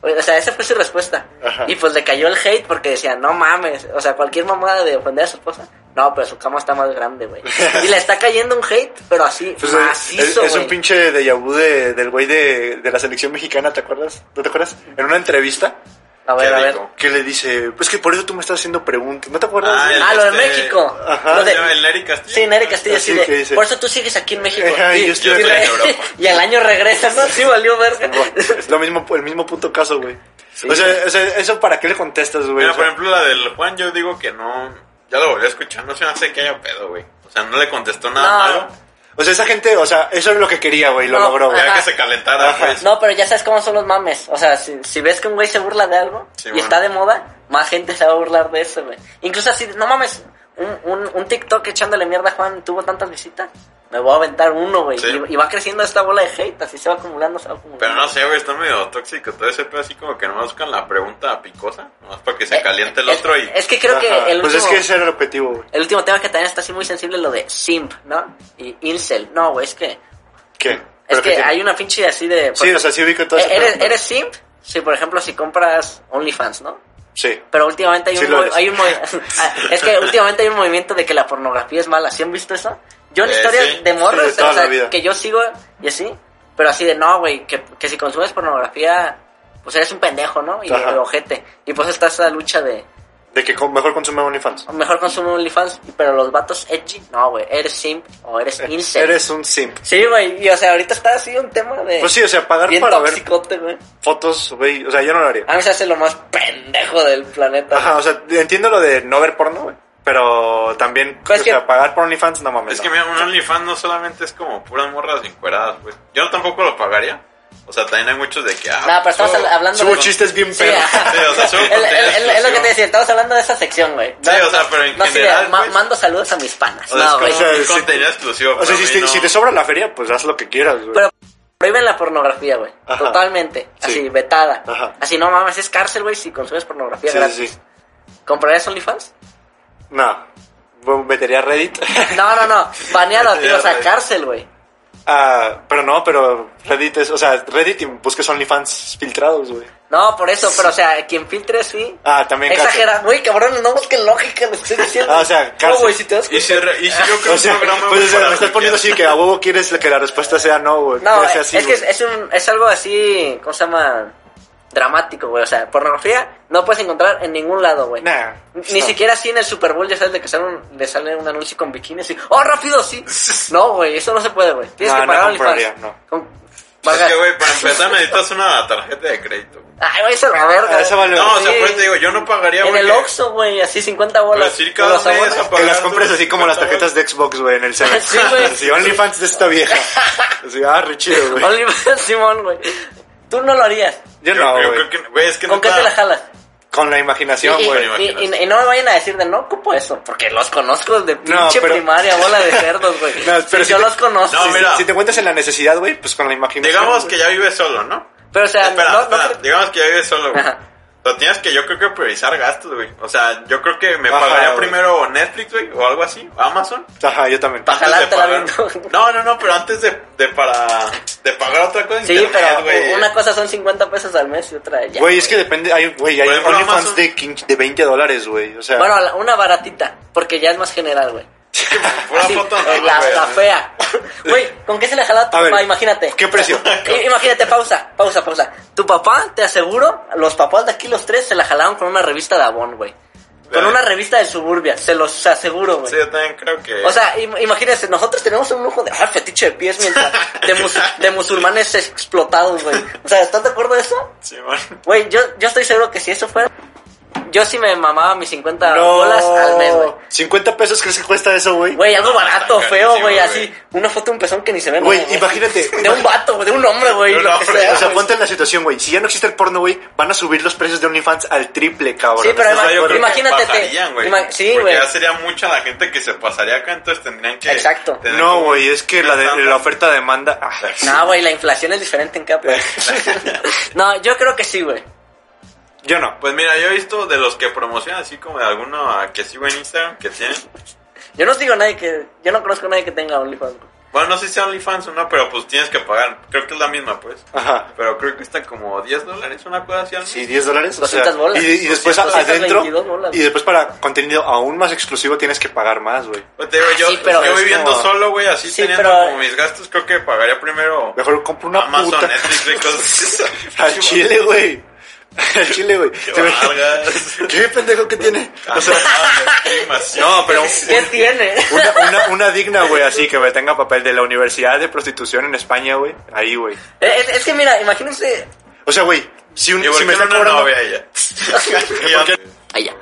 B: Oye, O sea, esa fue su respuesta.
A: Ajá.
B: Y pues le cayó el hate porque decía, no mames, o sea, cualquier mamada de ofender a su esposa. No, pero su cama está más
A: (laughs)
B: grande, güey. Y le está cayendo un hate, pero así,
A: Pues, eh, es,
B: macizo,
A: es un
B: güey.
A: pinche de vu de- del güey de, de la selección mexicana, ¿te acuerdas? ¿No te acuerdas? En una entrevista
B: A ver,
C: Qué
B: a ver.
C: rico.
A: que le dice, pues que por eso tú me estás haciendo preguntas, ¿no te acuerdas?
C: Ah, el-
B: Ah, lo de
C: Este,
B: México.
A: ajá.
B: Lo de-
C: El Nery Castillo.
B: Sí, Nery Castillo, sí,
A: Así
B: de-
A: que dice-
B: Por eso tú sigues aquí en México.
A: Ajá,
B: y,
A: yo estoy
B: y
C: en
B: re-
C: Europa.
B: (laughs) y al año regresas, ¿no? Sí, valió verga.
A: es lo mismo, el mismo punto caso, güey. O, sea, o sea, ¿eso para qué le contestas, güey?
C: Mira,
A: O
C: por
A: sea,
C: ejemplo, la del Juan, yo digo que no. Ya lo volví a escuchar, no se me hace que haya pedo, güey. O sea, no le contestó nada
B: No.
C: malo.
A: o sea, esa gente, o sea, eso es lo que quería, güey, lo
B: No,
A: logró, güey.
C: Ya
B: Ajá.
C: que se calentara,
A: Ajá.
C: pues.
B: No, pero ya sabes cómo son los mames. O sea, si, si ves que un güey se burla de algo
C: Sí,
B: y
C: bueno.
B: está de moda, más gente se va a burlar de eso, güey. Incluso así, no mames, un, un, un TikTok echándole mierda a Juan tuvo tantas visitas. Me voy a aventar uno, güey.
C: Sí.
B: Y, y va creciendo esta bola de hate, así se va acumulando, se va acumulando.
C: Pero no sé, güey, está medio tóxico todo ese pedo, así como que nomás buscan la pregunta picosa, nomás para que se
B: Eh,
C: caliente el
B: es-
C: otro y...
B: Es, que creo
A: Ajá.
B: que el último...
A: Pues es que ese era el objetivo, güey.
B: El último tema que también está así muy sensible lo de simp, ¿no? Y incel. No, güey, es que...
A: ¿Qué?
B: Es
A: ¿Pero qué
B: que
A: tiene?
B: hay una pinche así
A: Sí,
B: de... por ejemplo, eh,
A: o sea, sí ubico todo ese
B: ¿Eres,
A: pedo.
B: eres simp? Sí, por ejemplo, si compras OnlyFans, ¿no?
A: Sí.
B: Pero últimamente hay
A: Sí
B: un...
A: lo
B: mo-
A: eres.
B: hay un mo- Ah,
A: (laughs)
B: (laughs) es que últimamente hay un movimiento de que la pornografía es mala. ¿Sí han visto eso? Yo en
C: Eh,
B: historias
C: sí.
B: de morros,
A: Sí, de toda
B: o sea,
A: la vida.
B: que yo sigo y así, pero así de no, güey, que, que si consumes pornografía, pues eres un pendejo, ¿no? Y
A: Ajá.
B: ojete. Y pues está esa lucha de...
A: De que con- mejor consume OnlyFans.
B: Mejor consumo OnlyFans, pero los vatos edgy, no, güey, eres simp o eres incel.
A: Eh, Eres un simp.
B: Sí, güey, y o sea, ahorita está así un tema de...
A: Pues sí, o sea, pagar
B: bien
A: para ver
B: toxicote, güey.
A: fotos, güey. O sea, yo no lo haría.
B: A mí se hace lo más pendejo del planeta.
A: Ajá, o sea, entiendo lo de no ver porno, güey. Pero también,
B: Pues
A: o
B: que-
A: sea, pagar por OnlyFans, no mames.
C: Es
A: no.
C: que mira, un OnlyFans no solamente es como puras morras encueradas, pues. Yo tampoco lo pagaría. O sea, también hay muchos de que... Ah,
B: No, pero estamos
C: subo-
B: hab- hablando
A: Subo
B: de-
A: chistes bien
B: Sí,
A: perros. (laughs)
B: ajá.
C: Sí,
B: (laughs)
C: o sea, subo
B: Es- es-
C: contenido
B: es- es lo que
C: exclusivo.
B: te decía, estamos hablando de esa sección, güey.
C: Sí, o sea, pero en
B: no, sí, de,
C: general,
B: ma-
C: pues.
B: mando saludos a mis panas.
C: O sea,
B: No,
C: es
B: güey.
C: como
A: o sea,
C: un
A: sí.
C: contenido exclusivo.
A: O sea,
C: pero a
A: si
C: mí
A: te,
C: no.
A: si te sobra la feria, pues haz lo que quieras, güey.
B: Pero- Prohíben la pornografía, güey.
A: Ajá.
B: Totalmente.
A: Sí.
B: Así, vetada.
A: Ajá.
B: Así, no mames, es cárcel, güey, si consumes pornografía
A: Sí,
B: gratis.
A: sí, sí.
B: ¿Comprarías OnlyFans?
A: No. Bueno, Metería Reddit. (laughs)
B: No, no, no. Baneado, tío. O sea,
C: Reddit.
B: cárcel, güey.
A: Ah, pero no, pero Reddit es, o sea, Reddit y busques OnlyFans filtrados, güey.
B: No, por eso, pero o sea, quien filtre sí.
A: Ah, también cárcel.
B: Exagera, güey, cabrón, no busquen lógica, lo que estoy diciendo.
A: Ah, o sea,
B: No,
A: cárcel.
B: güey, si te das
C: Y si, re- y
A: (laughs)
C: si yo creo
A: O sea,
C: que un programa
A: pues, o sea,
C: para
A: me estás poniendo
C: hackear-
A: así que a huevo quieres que la respuesta sea no, güey.
B: No,
A: que sea
B: eh,
A: así,
B: es que
A: güey.
B: es, es un, es algo así, ¿cómo se llama? Dramático, güey. O sea, pornografía no puedes encontrar en ningún lado, güey.
A: Nah,
B: Ni
A: no.
B: siquiera así en el Super Bowl, ya sabes, de que sale un, le sale un anuncio con bikinis y... ¡Oh, rápido, sí! No, güey, eso no se puede, güey. Tienes
A: No,
B: que
A: no
B: pagar
A: compraría, no.
B: Con-
C: (laughs) Es
B: Vargas.
C: que,
A: (laughs)
C: güey, para empezar necesitas una tarjeta de crédito. güey.
B: Ay, güey, eso es la verga.
A: Ah, esa vale-
C: No, o sea,
B: Sí.
C: pues te digo, yo no pagaría,
B: En
C: güey.
B: el
C: que-
B: Oxxo, güey, así 50 bolas.
C: Pero sí,
B: con
C: cada
B: los
C: mes
B: abonos.
A: Que
C: a
A: las
C: pagando
A: compres así como las tarjetas de Xbox, güey, en el 7.
B: Sí,
A: (laughs)
B: güey.
A: Así, OnlyFans de esta vieja. Así, ah, re chido,
B: (laughs)
A: güey.
B: Oliver Simón, güey. Tú no lo harías.
A: Yo no,
C: yo
A: güey.
C: creo que, güey, es que
B: ¿Con qué
C: neta-
B: te la jalas?
A: Con la imaginación,
B: y,
A: güey.
C: bueno,
B: y-
C: imagínate.
B: y- y no me vayan a decir de no ocupo eso, porque los conozco de pinche
A: pero-
B: primaria, bola de cerdos, güey.
A: No, pero
B: Sí,
A: si
B: yo
A: te-
B: los conozco.
C: No,
B: sí, sí.
C: mira.
A: Si te cuentas en la necesidad, güey, pues con la imaginación.
C: Digamos
A: güey.
C: que ya vives solo, ¿no?
B: Pero, o sea,
C: espera,
B: no, no
C: espera,
B: creo-
C: digamos que ya vives solo, güey.
B: Ajá.
C: Pero tienes que, yo creo que priorizar gastos, güey. O sea, yo creo que me
A: Ajá,
C: pagaría
A: güey.
C: primero Netflix, güey, o algo así, Amazon.
A: Ajá, yo también.
B: Pa-
C: antes de
B: jalártela
C: pagar-
B: bien,
C: No, no, no, pero antes de, de para de pagar otra cosa en
B: Sí,
C: internet,
B: pero
C: güey.
B: una cosa son 50 pesos al mes y otra ya.
A: Güey, es que depende. Hay, güey, hay
C: Por ejemplo,
A: OnlyFans
C: Amazon.
A: de, 15 de 20 dólares, güey. O sea,
B: Bueno, la- una baratita, porque ya es más general, güey.
C: Pura
B: Así,
C: foto,
B: eh,
C: no,
B: la,
C: güey.
B: la fea. Güey, ¿con qué se le jalaba a tu
A: A ver,
B: papá? Imagínate.
A: ¿qué precio?
B: (laughs) I- Imagínate, pausa, pausa, pausa. Tu papá, te aseguro, los papás de aquí, los tres, se la jalaron con una revista de Avon, güey. Con
C: Vale.
B: una revista de Suburbia, se los aseguro, güey.
C: Sí, yo también creo que...
B: O sea, im- imagínense, nosotros tenemos un lujo de ah, fetiche de pies mientras de, mus- de musulmanes explotados, güey. O sea, ¿estás de acuerdo de eso?
C: Sí, bueno.
B: Güey, yo, yo estoy seguro que si eso fuera, yo sí me mamaba mis 50
A: no.
B: bolas al mes, güey.
A: 50 pesos crees que cuesta eso, güey.
B: Güey, algo barato,
C: Está
B: feo,
C: carísimo,
B: güey,
C: güey.
B: así. Una foto de un pezón que ni se ve.
A: Güey,
B: no,
A: imagínate.
B: De un vato, güey, de un hombre, güey.
C: De un
B: lo que
C: hombre,
B: sea,
A: O sea,
B: güey.
A: ponte en la situación, güey. Si ya no existe el porno, güey, van a subir los precios de OnlyFans al triple, cabrón.
B: Sí, pero
A: ¿Estás
B: además-
A: de acuerdo?
B: imagínate, te-
C: bajarían, güey.
B: ima- sí,
C: Porque
B: güey.
C: ya sería mucha la gente que se pasaría acá, entonces tendrían que...
B: Exacto.
C: tener
A: No,
C: como-
A: güey, es que la, de, la oferta-demanda. ah,
B: No, güey, la inflación es diferente en cada país. no, yo creo que sí, güey.
A: yo no.
C: Pues mira, yo he visto de los que promocionan así como de alguno a que sigo en Instagram que tienen.
B: Yo no digo a nadie que. Yo no conozco a nadie que tenga OnlyFans. güey.
C: Bueno, no sé si sea OnlyFans o no, pero pues tienes que pagar. Creo que es la misma, pues.
A: Ajá.
C: Pero creo que está como 10 dólares, una cosa así al mes.
A: Sí, 10 dólares. o sea,
B: 200 bolas.
A: Y, y después
B: 200,
A: adentro.
B: 222 bolas.
A: Y después para contenido aún más exclusivo tienes que pagar más, güey.
C: Pues te digo, yo,
B: Sí, pero
C: yo
B: es
C: viviendo
A: como-
C: solo, güey, así
B: Sí,
C: teniendo
B: pero-
C: como mis gastos, creo que pagaría primero
A: Mejor compro una
C: Amazon,
A: puta.
C: Netflix y cosas
A: (laughs) Al chile, güey. Al chile, güey.
C: Que
A: Se ve-
C: valgas.
A: (laughs) ¿Qué pendejo que tiene? O sea,
C: Ah, de primas, sí.
A: no, pero
B: ¿Qué tiene?
A: una, una, una digna, güey, así que güey, tenga papel de la Universidad de Prostitución en España, güey. Ahí, güey.
B: es, es que mira, imagínense.
A: O sea, güey, si, un,
C: Y
A: si me
C: me
A: están
C: una
A: cobrando...
C: novia
A: (laughs)
C: ella.
B: Ahí ya.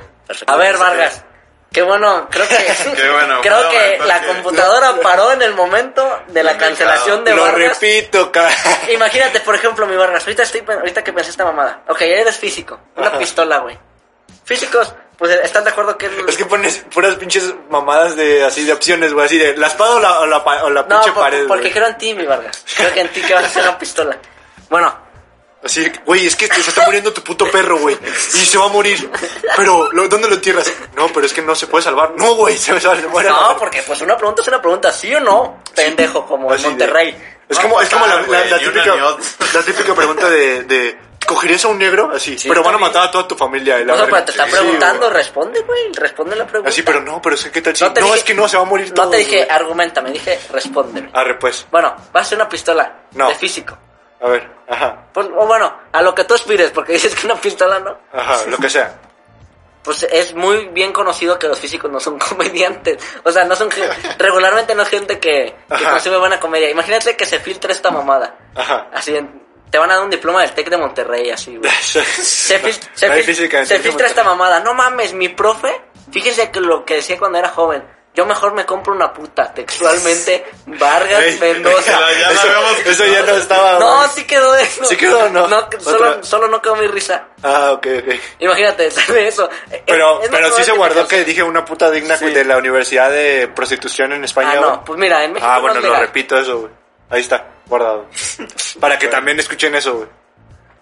B: A ver, Vargas. Qué bueno,
A: (laughs)
B: creo que.
C: Qué bueno,
B: creo
C: bravo,
B: que
C: entonces.
B: la computadora paró en el momento de la cancelación de
A: Lo
B: Vargas.
A: repito, cara.
B: Imagínate, por ejemplo, mi Vargas. Ahorita, estoy, ahorita que pensé esta mamada. Ok, eres físico. Una
A: Ajá.
B: pistola, güey. Físicos, pues están de acuerdo que.
A: (laughs)
B: el-
A: Es que pones puras pinches mamadas de así de opciones, güey, así de la espada o la, o la, pa- o la
B: No,
A: pinche
B: por-
A: pared.
B: porque
A: güey.
B: creo en ti, mi Vargas. Creo que en ti que vas a hacer una pistola. Bueno,
A: Así, güey, es que se está muriendo tu puto perro, güey. Y se va a morir. Pero, ¿lo- ¿dónde lo entierras? No, pero es que no se puede salvar. No, güey, se me sale. muere. (laughs)
B: no, porque pues una pregunta es una pregunta, ¿sí o no? Pendejo, como en
A: Así de-
B: Monterrey.
A: Es
C: Va a
A: como, es como la,
C: pasar,
A: la-
C: güey,
A: la
C: y una
A: típica,
C: ni otra.
A: la típica pregunta de, de ¿cogerías a un negro? Así,
B: Sí,
A: pero van a
B: también.
A: matar a toda tu familia. y la
B: No,
A: verga.
B: pero pues, te está
A: Sí,
B: preguntando,
A: güey.
B: responde, güey, responde la pregunta.
A: Así, pero no, pero es que ¿qué tal si-
B: No
A: No,
B: te dije-
A: es que no, se va a morir
B: No
A: todo.
B: te dije argumenta, me dije respóndeme.
A: Arre, pues.
B: Bueno, vas a hacer una pistola
A: No.
B: de físico.
A: A ver, ajá,
B: Pues, o bueno, a lo que tú aspires, porque (laughs) dices que una pistola no.
A: ajá, lo que sea.
B: Pues es muy bien conocido que los físicos no son (laughs) comediantes. O sea, no son gen- regularmente no es gente que, que
A: Ajá. Ah.
B: consume buena comedia. Imagínate que se filtra esta mamada.
A: Ajá.
B: Así, en- te van a dar un diploma del TEC de Monterrey, así, güey. Se, fil- se
A: No hay
B: fil-
A: física en
B: se
A: Tec de
B: filtra esta
A: Monterrey.
B: mamada. No mames, mi profe, fíjense que lo que decía cuando era joven. Yo mejor me compro una puta, textualmente,
A: (laughs)
B: Vargas
A: Ey,
B: Mendoza.
C: Ya la
A: eso,
C: habíamos
A: eso ya no estaba.
B: No,
A: güey.
B: sí quedó eso.
A: ¿Sí quedó o no?
B: que- solo,
A: Otra.
B: solo no quedó mi risa.
A: Ah, ok, ok.
B: Imagínate, (laughs) sale eso. Es-
A: Pero,
B: es más
A: pero sí se
B: probable te
A: guardó
B: cause-
A: que dije una puta digna
B: Sí.
A: de la Universidad de Prostitución en España.
B: Ah,
A: güey.
B: no, pues mira, en México
A: Ah,
B: no
A: bueno,
B: es
A: lo
B: legal. (laughs)
A: repito eso, güey. Ahí está, guardado. Para que también escuchen eso, güey.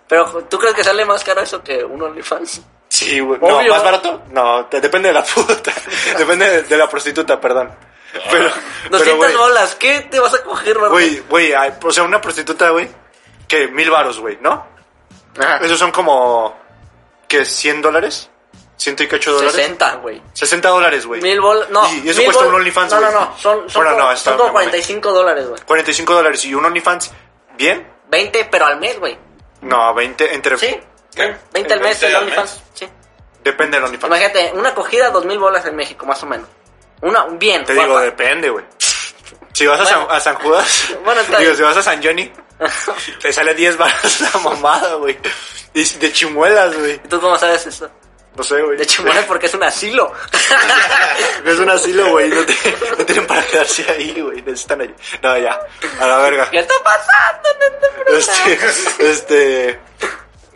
B: Pero, ¿tú crees que sale más caro eso que un OnlyFans?
A: Sí, güey. No,
B: Obvio.
A: ¿Más barato? No, te- depende de la
B: (laughs)
A: puta. depende de, de la prostituta, perdón. Pero, pero
B: 200
A: güey,
B: bolas, ¿qué te vas a coger, Marco?
A: güey, güey, hay- o sea, una prostituta, güey, que mil varos, güey, ¿no?
B: Ajá.
A: Esos son como, ¿qué? ¿100 dólares? ¿100 y cacho dólares? 60.
B: 60, güey.
A: dólares, güey.
B: Mil bolas, no.
A: Y eso
B: mil
A: cuesta
B: bol-
A: un OnlyFans,
B: No, no,
A: güey.
B: no, son, son
A: Bueno,
B: como,
A: no, está
B: son como
A: bien,
B: 45 dólares, güey.
A: 45 dólares y un OnlyFans, ¿bien?
B: 20, pero al mes, güey.
A: No, 20, entre...
B: ¿Sí?
C: ¿Qué?
B: 20 al mes
C: ¿El
B: el
C: 20 al
B: OnlyFans,
C: mes?
B: sí.
A: Depende del OnlyFans.
B: Imagínate, una cogida, 2000 bolas en México, más o menos. Una, bien.
A: Te
B: guapa.
A: digo, depende, güey. Si vas a,
B: Bueno.
A: San, a San Judas,
B: (laughs) Bueno, está
A: digo,
B: bien.
A: si vas a San
B: (laughs)
A: Johnny, te sale 10 baros la mamada, güey. Y de chimuelas, güey.
B: ¿Y tú cómo sabes eso?
A: No sé, güey.
B: De hecho, bueno, porque es un
A: (laughs)
B: asilo. (laughs)
A: Es un asilo, güey. No, te- (laughs) no tienen para quedarse ahí, güey. Necesitan ahí. No, ya. A la verga.
B: ¿Qué está pasando en este programa?
A: Este, este.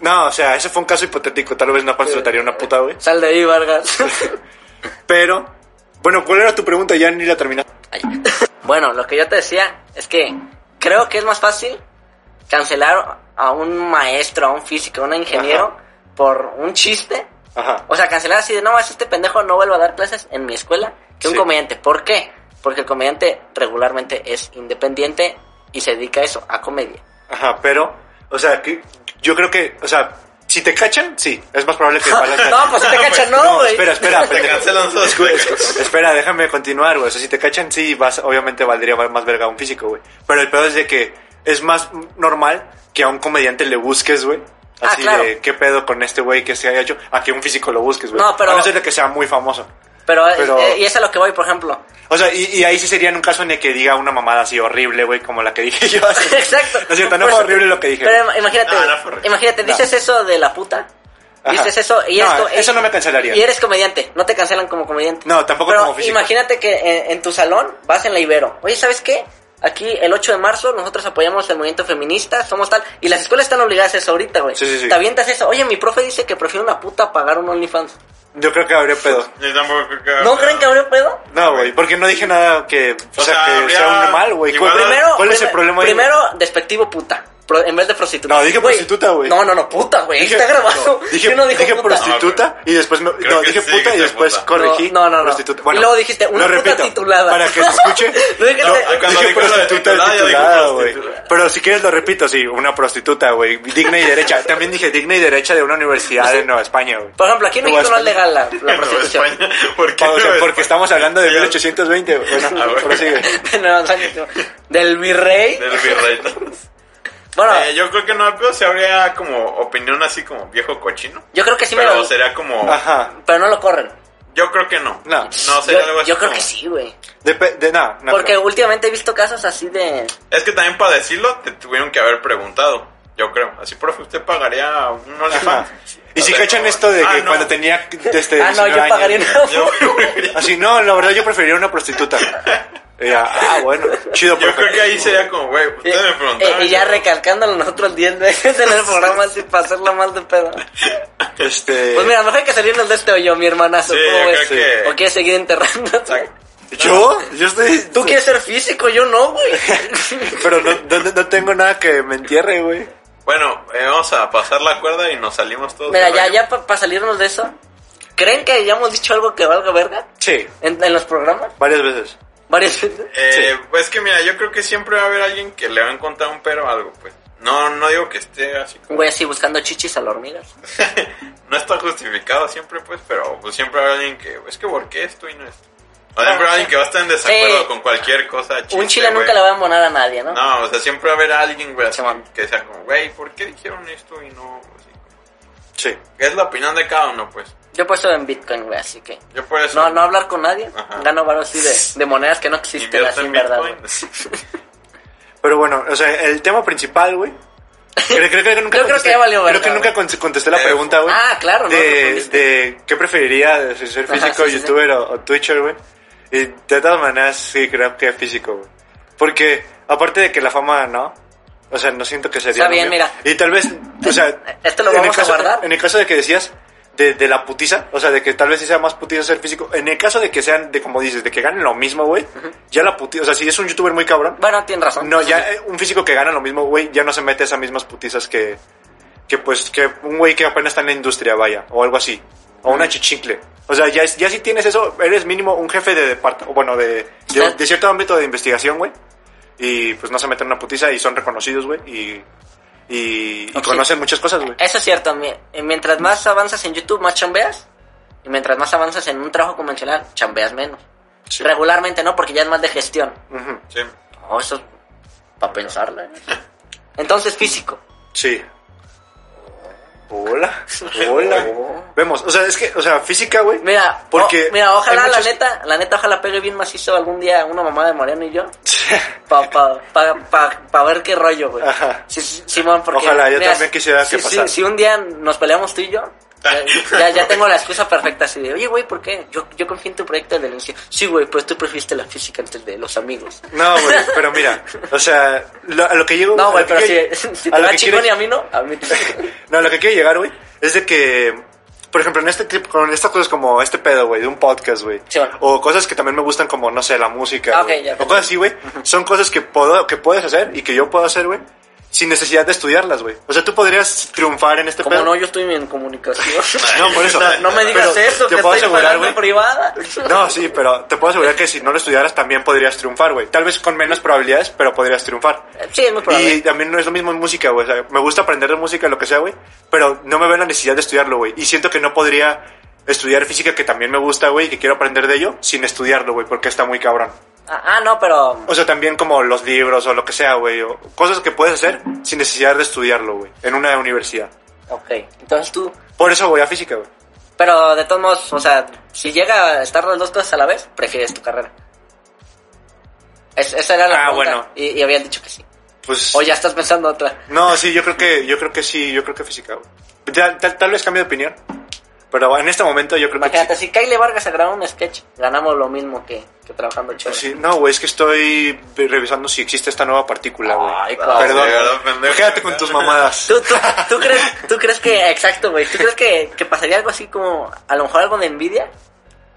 A: No, o sea, ese fue un caso hipotético. Tal vez no contrataría una puta, güey.
B: Sal de ahí, Vargas.
A: (laughs) Pero, bueno, ¿cuál era tu pregunta? Ya ni la terminaste.
B: Ay. bueno, lo que yo te decía es que creo que es más fácil cancelar a un maestro, a un físico, a un ingeniero
A: Ajá.
B: por un chiste.
A: Ajá.
B: O sea, cancelar así de, no, es este pendejo no vuelvo a dar clases en mi escuela que un
A: Sí.
B: comediante. ¿Por qué? Porque el comediante regularmente es independiente y se dedica a eso, a comedia.
A: Ajá, pero, o sea, que- yo creo que, o sea, si te cachan, sí, es más probable que
B: (laughs)
A: valgas
B: no, pues si te
C: No,
B: cachan,
C: pues,
B: no, güey.
A: espera,
B: (laughs)
A: espera,
C: Te
A: pendejo.
C: cancelan todas las cosas.
A: espera, déjame continuar, güey. O sea, si te cachan, sí, vas, obviamente valdría más verga un físico, güey. Pero el pedo es de que es más normal que a un comediante le busques, güey.
B: Ah,
A: Así
B: claro.
A: de, ¿qué pedo con este güey que se haya hecho? A que un físico lo busques, güey.
B: No, pero-
A: A no ser de que sea muy famoso.
B: Pero, eh,
A: Pero-
B: eh, y es a lo que voy, por ejemplo.
A: O sea, y, y ahí sí sería en un caso en el que diga una mamada así horrible, güey, como la que dije
B: (laughs)
A: yo.
B: Exacto.
A: No es cierto, no fue
B: Por eso-
A: horrible lo que dije.
B: Pero imagínate,
C: No, no fue horrible.
B: imagínate,
A: No.
B: dices eso de la puta.
A: Ajá.
B: Dices eso y
A: No,
B: esto.
A: eso no me cancelaría.
B: Y eres comediante, no te cancelan como comediante.
A: No, tampoco
B: Pero
A: como físico.
B: Imagínate que en, en tu salón vas en la Ibero. Oye, ¿sabes qué? Aquí el 8 de marzo nosotros apoyamos el movimiento feminista, somos tal. Y las escuelas están obligadas a eso ahorita, güey.
A: Sí, sí, sí.
B: Te avientas eso. Oye, mi profe dice que prefiere una puta a pagar un OnlyFans.
A: Yo creo que habría pedo.
C: Yo tampoco creo que-
B: ¿No creen que habría pedo?
A: No, güey, porque no dije nada que, o,
C: O
A: sea,
C: sea,
A: que
C: habría-
A: sea un mal, güey. ¿Cuál,
C: igual-
B: Primero,
A: cuál es el
B: primer-
A: problema ahí, güey?
B: Primero, despectivo puta. Pro- en vez de prostituta.
A: No, dije prostituta, güey.
B: No, no, no, puta, güey.
A: Dije-
B: Está grabado.
A: no, dije,
B: (laughs) Yo no dije
A: dije
B: puta.
A: prostituta
C: Ah,
A: y después me-
C: Creo
A: no,
C: que
A: dije
C: sí,
A: puta y
C: dijiste
A: después
C: puta.
A: corregí.
B: No, no, no.
A: Prostituta.
B: Y
A: Bueno,
B: luego dijiste, una
A: lo
B: puta
A: repito,
B: titulada.
A: Para que se
B: (laughs)
A: escuche.
B: No, dije-
C: No, acá
A: Dije
C: Cuando dijo lo de
A: prostituta
C: titulada, yo dije
A: titulada, güey.
C: prostituta.
A: Pero si quieres lo repito, sí, una prostituta, güey. Digna y derecha. También dije digna y derecha de una universidad de Nueva España, güey.
B: Por ejemplo, aquí en
A: Nueva
B: México no es
A: España.
B: legal
A: (laughs)
B: la,
C: (laughs)
B: la
C: Nueva
B: prostitución.
C: España. ¿Por qué
A: O sea,
C: Nueva
A: porque
C: España?
A: estamos hablando de
C: Sí,
A: 1820.
C: Ah,
A: Bueno,
C: güey.
A: Pues, prosigue.
B: (laughs) De Nueva España, tío. Del virrey.
C: Del virreinato.
B: Bueno,
C: Eh, yo creo que no, pero si habría como opinión así como viejo cochino.
B: yo creo que sí me
C: pero
B: lo.
C: sería como.
A: Ajá.
B: Pero no lo corren.
C: Yo creo que no.
A: No.
C: sería
B: yo
C: algo así.
B: yo creo
C: como-
B: que sí, güey.
A: Depe- de nada. no,
B: Porque
A: no.
B: últimamente he visto casos así de.
C: Es que también para decirlo te tuvieron que haber preguntado. Yo creo. Así, profe, usted pagaría un
A: Ajá.
C: OnlyFans.
A: Y
C: O
A: si
C: sea,
A: cachan
C: como-
A: esto de
C: Ah,
A: que
C: no.
A: cuando tenía este,
B: Ah, no,
A: 19
B: yo
A: años, (laughs)
B: pagaría una.
C: Yo, yo
A: Así, Ah, no, la verdad yo preferiría una prostituta. Y ya, ah, bueno, chido, profe.
C: creo que ahí sería como, güey, usted me preguntaron.
B: Eh, y ya recalcándolo nosotros 10 veces
C: (laughs)
B: en el programa así para hacerlo más de pedo.
A: Este,
B: Pues mira, mejor hay que salirnos de este hoyo, mi hermanazo.
C: Sí,
B: ¿cómo
C: yo
B: ves?
C: creo que-
B: ¿O quieres seguir enterrando?
A: ¿Yo? Yo estoy...
B: Tú quieres ser físico, yo no,
C: (laughs)
B: güey.
A: Pero no, no- no tengo nada que me entierre, güey.
C: Bueno, eh, vamos a pasar la cuerda y nos salimos todos.
B: Mira,
C: del
B: ya,
C: rollo.
B: ya para salirnos de eso, ¿creen que hayamos dicho algo que valga verga?
A: Sí,
B: En, en los programas,
A: varias veces.
B: varias veces.
C: Eh, Pues que mira, yo creo que siempre va a haber alguien que le va a encontrar un pero a algo, pues. No, no digo que esté así
B: Un güey así buscando chichis a la hormiga.
C: (laughs) no está justificado siempre, pues, pero pues, siempre habrá alguien que, es que ¿por qué esto y no esto? O siempre habrá alguien que va a estar en desacuerdo
B: Sí.
C: con cualquier cosa. chiste,
B: Eh, Un chile nunca
C: güey.
B: le va a embonar a nadie, ¿no?
C: No, o sea, siempre va a haber alguien, güey, así
B: Simón.
C: que sea como, güey, ¿por qué dijeron esto y no? Así como-
A: Sí.
C: es la opinión de cada uno, pues.
B: Yo he puesto en Bitcoin, güey, así que...
C: Yo por eso
B: No, no hablar con nadie.
C: Ajá.
B: Gano valor así de, de monedas que no existen,
C: invierto
B: así
C: en
B: en verdad.
C: Bitcoin. (laughs)
B: güey.
A: Pero bueno, o sea, el tema principal, güey. Creo, creo que nunca
B: (laughs) Yo creo
A: contesté-
B: que ya valió
A: creo
B: verga,
A: que nunca con- contesté la pregunta, güey.
B: Ah, claro, no,
A: de,
B: respondiste.
A: de qué preferiría, de si ser
B: Ajá,
A: físico,
B: sí, sí, sí.
A: youtuber o, o twitcher, güey. Y de todas maneras, sí creo que físico, güey. Porque, aparte de que la fama, ¿no? O sea, no siento que sería...
B: Está
A: lo
B: bien,
A: mío.
B: mira. (laughs)
A: Y tal vez, o sea...
B: Este lo
A: en el
B: vamos a
A: caso-
B: guardar.
A: En el caso de que decías, de, de la putiza, o sea, de que tal vez sí sea más putiza ser físico. En el caso de que sean, de como dices, de que ganen lo mismo, güey, ya la putiza, o sea, si es un youtuber muy cabrón,
B: Bueno, tienes razón.
A: no, ya eh, un físico que gana lo mismo, güey, ya no se mete esas mismas putizas que, que pues, que un güey que apenas está en la industria, vaya, o algo así, o
B: Mm.
A: una chichincle. O sea, ya, es- ya si tienes eso, eres mínimo un jefe de departamento, bueno, de, de, de cierto ámbito de investigación, güey, y pues no se meten en una putiza y son reconocidos, güey, y, y, y
B: Ok.
A: conocen muchas cosas, güey.
B: Eso es cierto. mi- eh, Mientras
A: Pues-
B: más avanzas en YouTube, más chambeas. Y mientras más avanzas en un trabajo convencional, chambeas menos.
A: Sí.
B: Regularmente no, porque ya es más de gestión.
A: Ujú.
C: Sí.
B: Oh, eso es para pensarla. ¿eh? Entonces, físico.
A: Sí. Hola.
B: (laughs) Oh.
A: Hola. Vemos, o sea, es que, o sea, física, güey. (laughs)
B: Mira,
A: Porque
B: o- mira, ojalá
A: hay muchos-
B: la neta, la neta, ojalá pegue bien macizo algún día una mamá de Mariano y yo. Pa, pa, pa, pa, pa ver qué rollo, güey.
A: Ajá.
B: Sí, sí, Simón, porque.
A: Ojalá, yo también quisiera
B: si,
A: que
B: si-
A: pasara.
B: si un día nos peleamos tú y yo, ya, ya, ya tengo la excusa perfecta así de, oye, güey, ¿por qué? Yo, yo confié en tu proyecto del inicio. Sí, güey, pues tú preferiste la física antes de los amigos.
A: No, güey, pero mira, o sea, lo- a lo que llego...
B: No,
A: a
B: güey,
A: lo que
B: pero
A: quiero-
B: si, si
A: a
B: te
A: lo
B: va
A: que
B: chingón
A: quiero-
B: y a mí no,
A: (laughs)
B: a mí te-
A: No, lo que quiero llegar, güey, es de que, por ejemplo, en este tipo, con estas cosas como este pedo, güey, de un podcast, güey,
B: Sí, bueno.
A: o cosas que también me gustan como, no sé, la música,
B: Ah,
A: güey,
B: ok, ya,
A: o cosas así, güey, son cosas que, puedo, que puedes hacer y que yo puedo hacer, güey, sin necesidad de estudiarlas, güey. O sea, tú podrías triunfar en este
B: Como
A: pedo.
B: no, yo estoy en comunicación.
A: No, por eso.
B: No me digas
A: Pero
B: eso,
A: te
B: que
A: puedo
B: estoy
A: asegurar,
B: pagando
A: güey.
B: privada.
A: No, sí, pero te puedo asegurar que si no lo estudiaras también podrías triunfar, güey. Tal vez con menos probabilidades, pero podrías triunfar.
B: Sí, es muy probable.
A: Y también no es lo mismo en música, güey. O sea, me gusta aprender de música, lo que sea, güey. Pero no me veo la necesidad de estudiarlo, güey. Y siento que no podría estudiar física, que también me gusta, güey, y que quiero aprender de ello, sin estudiarlo, güey, porque está muy cabrón.
B: Ah, ah, no, pero.
A: O sea, también como los libros o lo que sea, güey. o Cosas que puedes hacer sin necesidad de estudiarlo, güey. En una universidad.
B: Ok, entonces tú.
A: Por eso voy a física, güey.
B: Pero de todos modos, o sea, si llega a estar las dos cosas a la vez, prefieres tu carrera. Es- esa era la
A: Ah,
B: pregunta.
A: bueno.
B: Y, y habían dicho que sí.
A: Pues...
B: O ya estás pensando otra.
A: No, sí, yo creo que, yo creo que sí, yo creo que física, güey. Tal, tal- tal vez cambie de opinión. Pero en este momento yo creo
B: Imagínate,
A: que
B: si Kyle Vargas grabó un sketch, ganamos lo mismo que, que trabajando
A: sí.
B: chévere.
A: Sí, No, güey, es que estoy revisando si existe esta nueva partícula, güey.
B: Ay, cabrón.
A: Perdón.
C: Sí, ¿verdad, pendejo?
A: Quédate con tus mamadas.
B: ¿Tú, tú, tú crees, ¿Tú crees que, exacto, güey, tú crees que, que pasaría algo así como, a lo mejor algo de envidia?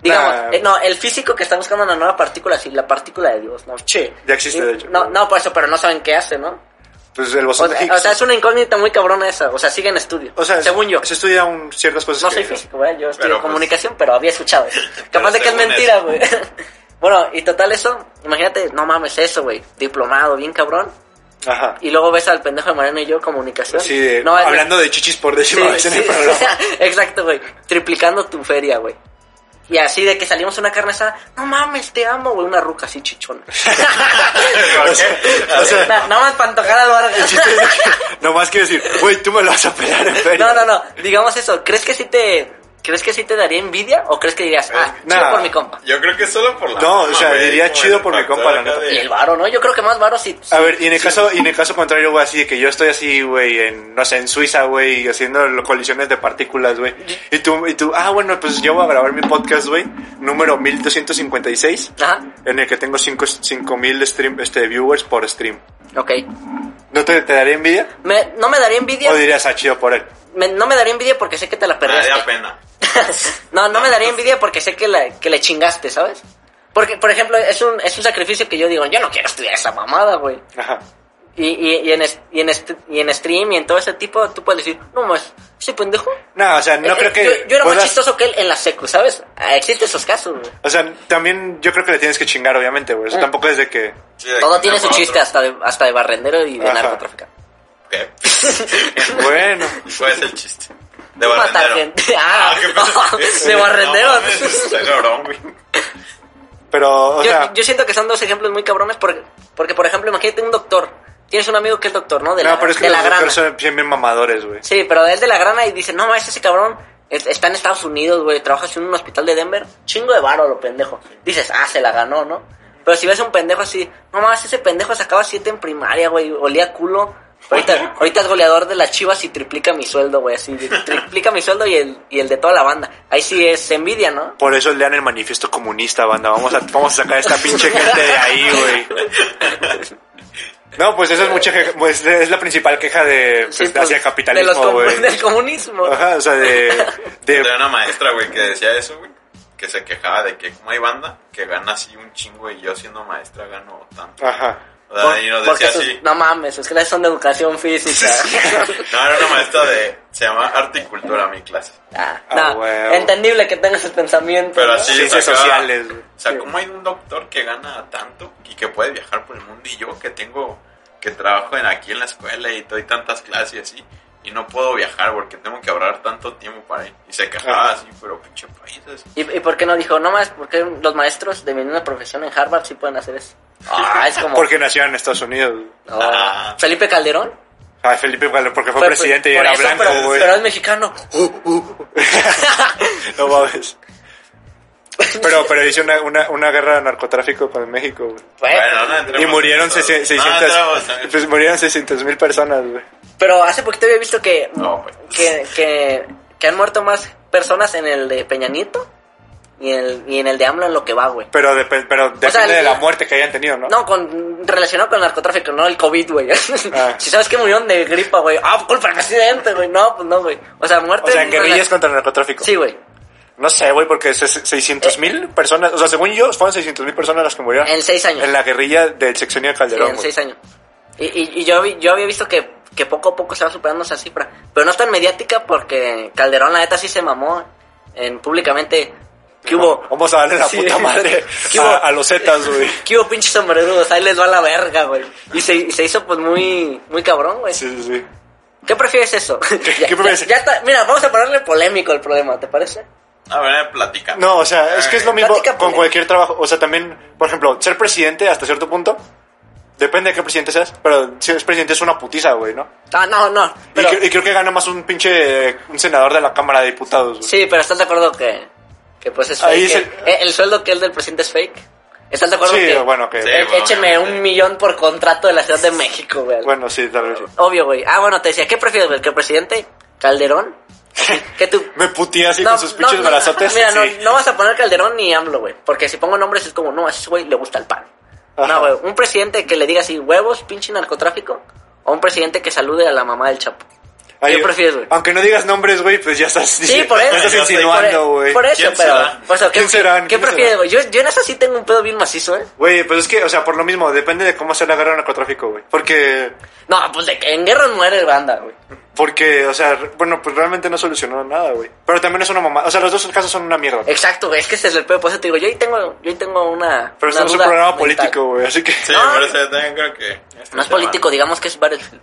B: Digamos,
A: Nah.
B: eh, no, el físico que está buscando una nueva partícula, sí, la partícula de Dios, no, che.
A: Ya existe,
B: Y-
A: de hecho.
B: No, no, por eso, pero no saben qué hace, ¿no?
A: Pues el
B: O
A: bosón de
B: sea,
A: Higgs.
B: o sea, es una incógnita muy cabrona esa, o sea, sigue en estudio.
A: O sea,
B: según yo.
A: se estudia un- ciertas cosas
B: No
A: que-
B: soy físico, güey, yo estudio
C: Pero, pues,
B: comunicación, pero había escuchado.
A: (laughs)
B: eso. Capaz de que es
C: según
B: mentira,
C: eso.
B: güey. (laughs) bueno, y total eso, imagínate, no mames eso, güey, diplomado, bien cabrón.
A: Ajá.
B: Y luego ves al pendejo de Mariano y yo, comunicación.
A: Sí, de-
B: No, es-
A: hablando de chichis por décima vez
B: Sí,
A: en
B: (laughs)
A: el
B: sí.
A: programa. (laughs)
B: Exacto, güey. Triplicando tu feria, güey. Y así de que salimos a una carne asada, no mames, te amo, güey, una ruca así chichona.
C: ¿Por
A: O sea,
C: qué?
A: (laughs) o sea,
B: Na- nada más para antojar
A: (laughs)
B: al Vargas.
A: nomás quiero decir, güey, tú me lo vas a pelar en feria.
B: No, no, no, digamos eso, ¿crees que sí te crees que sí te daría envidia o crees que dirías, ah,
A: Eh, Nah.
B: chido por mi compa?
C: Yo creo que solo por la.
A: No, o
C: fama,
A: sea,
C: güey,
A: diría
C: como
A: chido
C: el
A: por mi
C: factor
A: compa, la
C: acá
A: neta.
C: de-
B: Y el varo, ¿no? Yo creo que más varo sí.
A: A ver, y en el
B: sí.
A: caso, y en el caso contrario, güey, así de que yo estoy así, güey, en, no sé, en Suiza, güey, haciendo lo- colisiones de partículas, güey. Y tú, y tú, ah, bueno, pues yo voy a grabar mi podcast, güey, número 1256,
B: Ajá.
A: en el que tengo 5000 stream, este, viewers por stream.
B: Ok.
A: ¿No te, te daría envidia?
B: Me- no me daría envidia.
A: ¿O dirías, ah, chido por él?
B: me- no me daría envidia porque sé que
A: Ah,
B: te la
C: Me
B: perdiste.
C: daría pena.
B: (laughs) No, no
A: (laughs)
B: me daría envidia porque sé que, la- que le chingaste, ¿sabes? Porque, por ejemplo, es un, es un sacrificio que yo digo, yo no quiero estudiar esa mamada, güey.
A: Ajá.
B: Y, y, y en, est- y, en est- y en stream y en todo ese tipo, tú puedes decir, no, más, ese pendejo.
A: No, o sea, no
B: Eh,
A: creo
B: eh,
A: que.
B: Yo, yo era más
A: puedas-
B: chistoso que él en la secu, ¿sabes? Ah, Existen esos casos, güey.
A: O sea, también yo creo que le tienes que chingar, obviamente, güey. Eso
B: Mm.
A: tampoco es de que.
C: Sí, de
B: Todo
C: que
B: tiene
C: no
B: su
C: por otro.
B: chiste, hasta de, hasta de barrendero y de
A: Ajá.
B: narcotraficante.
C: ¿Qué?
A: Bueno.
C: ¿Cuál es Pues el chiste? De
B: Matar
C: barrendero.
B: gente. (laughs) Ah,
C: ¿qué pasa?
B: (laughs) de barrendero.
C: No, mames, está cabrón, güey.
A: Pero, o
B: yo,
A: sea.
B: yo siento que son dos ejemplos muy cabrones porque, porque, por ejemplo, imagínate un doctor. Tienes un amigo que es doctor, ¿no? De
A: no,
B: la,
A: pero es que
B: de
A: los
B: la grana.
A: doctores son bien bien mamadores, güey.
B: Sí, pero es de la grana y dice, no, mames, ese cabrón es- está en Estados Unidos, güey, trabaja en un hospital de Denver, chingo de varo, lo pendejo. Dices, ah, se la ganó, ¿no? Pero si ves a un pendejo así, no mames, ese pendejo sacaba siete en primaria, güey, olía culo. Ahorita, ahorita es goleador de las chivas y triplica mi sueldo, güey, así, triplica mi sueldo y el, y el de toda la banda. Ahí sí es envidia, ¿no?
A: Por eso lean el manifiesto comunista, banda. Vamos a, vamos a sacar a esta pinche gente de ahí, güey. No, pues esa es mucha queja- pues, es la principal queja de pues,
B: Sí,
A: hacia
B: pues,
A: el
B: de los
A: capitalismo,
B: comu-
A: güey.
B: (laughs) Del comunismo.
A: Ajá, o sea, de,
C: (laughs)
A: de-
C: Tenía una maestra, güey, que decía eso, güey. Que se quejaba de que como hay banda que gana así un chingo y yo siendo maestra gano tanto.
A: ajá.
C: O sea, y nos
B: Porque
C: decía
B: sus-
C: así.
B: no mames, sus clases son de educación física.
C: No, era una maestra de... Se llama Articultura mi clase.
B: (laughs) Ah,
A: Ah,
B: no,
A: huevo.
B: entendible que tengas el pensamiento.
C: Pero
B: ¿no?
C: así
A: Ciencias
C: sacaba-
A: sociales, güey.
C: O sea, ¿cómo hay un doctor que gana tanto y que puede viajar por el mundo y yo que tengo que trabajo en aquí en la escuela y doy tantas clases y así y no puedo viajar porque tengo que ahorrar tanto tiempo para ir? Y se quejaba
A: Ajá. Eh,
C: así, pero pinche país así.
B: ¿Y, y por qué no dijo? No más, porque los maestros de mi misma profesión en Harvard sí pueden hacer eso. Ah, es como...
A: Porque nació en Estados Unidos.
B: No.
C: Ah.
B: Felipe Calderón.
A: Ay, Felipe Calderón, porque fue
B: Fue-
A: presidente y
B: por
A: era
B: eso,
A: blanco,
B: pero,
A: güey.
B: pero es mexicano.
A: No mames. Pero, pero hizo una, una, una guerra de narcotráfico con México, güey.
B: Bueno,
C: no entremos
A: Y murieron
C: en eso.
A: 600
C: No, entramos en eso.
A: pues murieron 600 mil personas, güey.
B: pero hace poquito había visto que,
C: No, pues.
B: que, que, que han muerto más personas en el de Peña Nieto y en el, y en el de AMLO en lo que va, güey.
A: Pero, depe- pero depende
B: sea, el-
A: de la muerte que hayan tenido, ¿no?
B: No, con, relacionado con el narcotráfico, no el COVID, güey.
A: Ah.
B: (laughs) Si sabes que murieron de gripa, güey. Ah, por culpa del presidente, güey. No, pues no, güey. O sea, muerte.
A: O sea, en guerrillas contra el narcotráfico.
B: Sí, güey.
A: No sé, güey, porque 600 mil personas, o sea, según yo, fueron 600 mil personas las que murieron.
B: En seis años.
A: En la guerrilla del sexenio de
B: Sí,
A: Calderón.
B: en
A: güey.
B: seis años. Y, y, y yo, vi- yo había visto que, que poco a poco se va superando esa cifra. Pero no es tan mediática porque Calderón, la neta, sí se mamó en públicamente. ¿Qué hubo?
A: Vamos a darle la
B: Sí.
A: puta madre
B: (laughs)
A: (laughs)
B: ¿Qué hubo?
A: a, a los Zetas, (laughs) güey.
B: (laughs) ¿Qué hubo, pinches sombrerudos? Ahí les va la verga, güey. Y se, y se hizo, pues, muy, muy cabrón, güey.
A: Sí, sí, sí.
B: ¿Qué prefieres eso? (laughs)
A: qué
B: ya,
A: prefieres?
B: ya- ya está. Mira, vamos a ponerle polémico el problema, ¿te parece?
C: A ver, platica. Eh,
A: No, o sea, es que es lo mismo
B: Plática
A: con
B: polémica.
A: cualquier trabajo. O sea, también, por ejemplo, ser presidente hasta cierto punto, depende de qué presidente seas, pero si eres presidente es una putiza, güey, ¿no?
B: Ah, no, no.
A: Y
B: Pero,
A: cre- y, creo que gana más un pinche eh, un senador de la Cámara de Diputados, güey.
B: sí, pero ¿estás de acuerdo que, que pues, es
A: Ahí
B: fake?
A: es
B: que- eh, el, sueldo que es del presidente es fake. ¿Estás de acuerdo
A: Sí,
B: que,
A: bueno, que.
C: Sí.
B: Eh,
C: bueno,
B: Écheme un
C: sí.
B: millón por contrato de la Ciudad de México, güey.
A: Bueno, sí, tal vez. sí.
B: Obvio, güey. Ah, bueno, te decía, ¿qué prefieres, güey? ¿Que el presidente
A: (laughs)
B: Calderón? ¿Que tú?
A: Me putea así con sus pinches brazotes.
B: (laughs) Mira,
A: sí.
B: no, no vas a poner Calderón ni AMLO, güey. Porque si pongo nombres es como, no, a ese güey le gusta el pan.
A: Ajá.
B: No, güey. Un presidente que le diga así, huevos, pinche narcotráfico. O un presidente que salude a la mamá del Chapo.
A: Ahí-
B: ¿Qué prefieres, güey?
A: Aunque no digas nombres, güey, pues ya estás,
B: Sí,
A: (laughs)
B: por eso.
A: ya estás
C: yo estoy-
A: insinuando,
B: por, e-
A: güey.
B: por eso,
C: ¿Quién
B: pero.
C: será?
B: o sea, ¿qué-
A: ¿Quién serán?
B: ¿Qué
A: ¿Quién
B: prefieres,
A: serán?
B: güey? Yo, yo en esa sí tengo un pedo bien macizo, ¿eh?
A: Güey, pues es que, o sea, por lo mismo, depende de cómo sea la guerra de narcotráfico, güey. Porque,
B: No, pues de que en guerra muere banda, güey.
A: porque, o sea, re- bueno, pues realmente no solucionó nada, güey. Pero también es una mamá. O sea, los dos casos son una mierda.
B: Exacto, güey, es que ese es el pedo, por eso te digo, yo ahí tengo, yo ahí tengo una...
A: Pero
B: una
A: esto es un
B: duda
A: programa
B: mental.
A: político, güey, así que.
C: Sí,
B: no.
C: por eso yo también creo que... este
B: No es
C: tema-
B: político, digamos que
A: (laughs)
B: es Battlefield.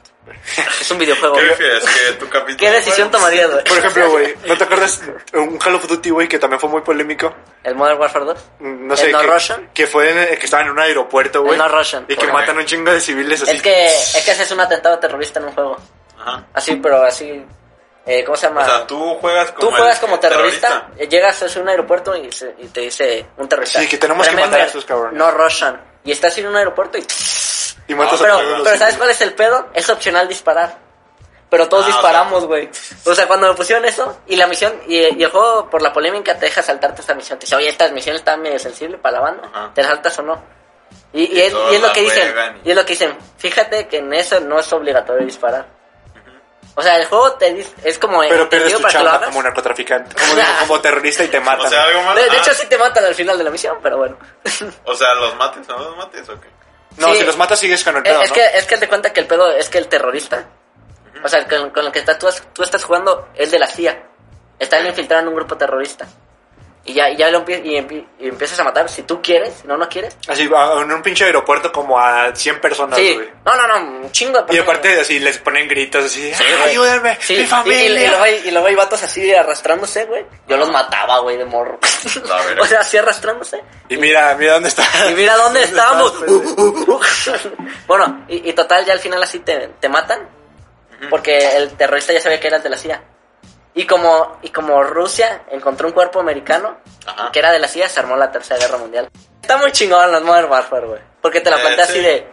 B: Es un videojuego.
C: ¿Qué
B: güey.
C: prefieres? ¿Que tu capitán...
B: ¿Qué decisión tomarías,
A: (laughs)
B: güey?
A: Por ejemplo, güey, ¿no te acuerdas un Call of Duty, güey, que también fue muy polémico? Mm,
B: ¿El Modern Warfare 2?
A: No sé,
B: ¿El No
A: que,
B: Russian?
A: que fue en- eh, que estaban en un aeropuerto, güey.
B: El No Russian,
A: Y que
B: por
A: matan un chingo de civiles así.
B: Es que, es que ese es un atentado terrorista en un juego.
C: Ajá.
B: Así, pero así... eh, ¿Cómo se llama?
C: O sea, tú juegas como...
B: Tú juegas
C: el
B: como terrorista, eh, llegas a un aeropuerto y, se- y te dice un terrorista.
A: Sí, que tenemos que
B: "Remember,
A: matar a estos cabrones".
B: No Russian. Y estás en un aeropuerto y...
A: Y matas
B: eh, pero,
A: a todos los
B: pero ¿sabes
A: civiles.
B: cuál es el pedo? Es opcional disparar. Pero todos
C: Ah, o
B: disparamos, güey. O sea, cuando me pusieron eso y la misión, y, y el juego por la polémica te deja saltarte esta misión. Te dice, oye, esta misión está medio sensible para la banda.
C: Ajá.
B: ¿Te la saltas o no? Y, y
C: Y
B: es,
C: todos
B: y es lo
C: la
B: que dicen.
C: juegan y-
B: Y es lo que dicen. Fíjate que en eso no es obligatorio disparar. O sea, el juego te dice, es como...
A: Pero
B: incentivo
A: pierdes tu
B: para que lo
A: chamba
B: hagas.
A: como narcotraficante, como,
B: (laughs)
A: como terrorista y te matan.
C: O sea, algo más...
B: De, de
C: ah,
B: hecho, sí te matan al final de la misión, pero bueno.
C: O sea, ¿los mates o no los mates o qué?
A: no,
B: sí.
A: si los matas sigues con el
B: Es,
A: pedo,
B: Eh, es
A: ¿no?
B: que es que te cuenta que el pedo es que el terrorista, o sea, con, con el que estás, tú, has- tú estás jugando es de la CIA. Están infiltrando un grupo terrorista. Y ya, y ya lo empie- y, empi- y empiezas a matar si tú quieres, si no, no quieres.
A: Así, a- en un pinche aeropuerto como a 100 personas,
B: sí.
A: güey.
B: No, no, no, un chingo de
A: Y
B: personas.
A: aparte, eh, así, les ponen gritos así,
B: Sí, güey.
A: ayúdenme, mi
B: Sí, y- Y, y,
A: familia.
B: luego hay, y luego hay vatos así arrastrándose, güey. Yo los mataba, güey, de morro.
C: La
B: (laughs)
C: verga.
B: o sea, así arrastrándose.
A: Y, mira, mira (laughs) dónde pues, está.
B: Y mira
C: (laughs)
B: dónde estábamos.
A: estás, pendejo?
B: (laughs) bueno, y, y total, ya al final así te, te matan. Porque el terrorista ya sabía que eras de la CIA. Y como, y como Rusia encontró un cuerpo americano
C: Ajá.
B: que era de la CIA, se armó la Tercera Guerra Mundial. Está muy chingón los Modern Warfare, güey. Porque te la
C: Eh,
B: planteas
C: sí.
B: así de.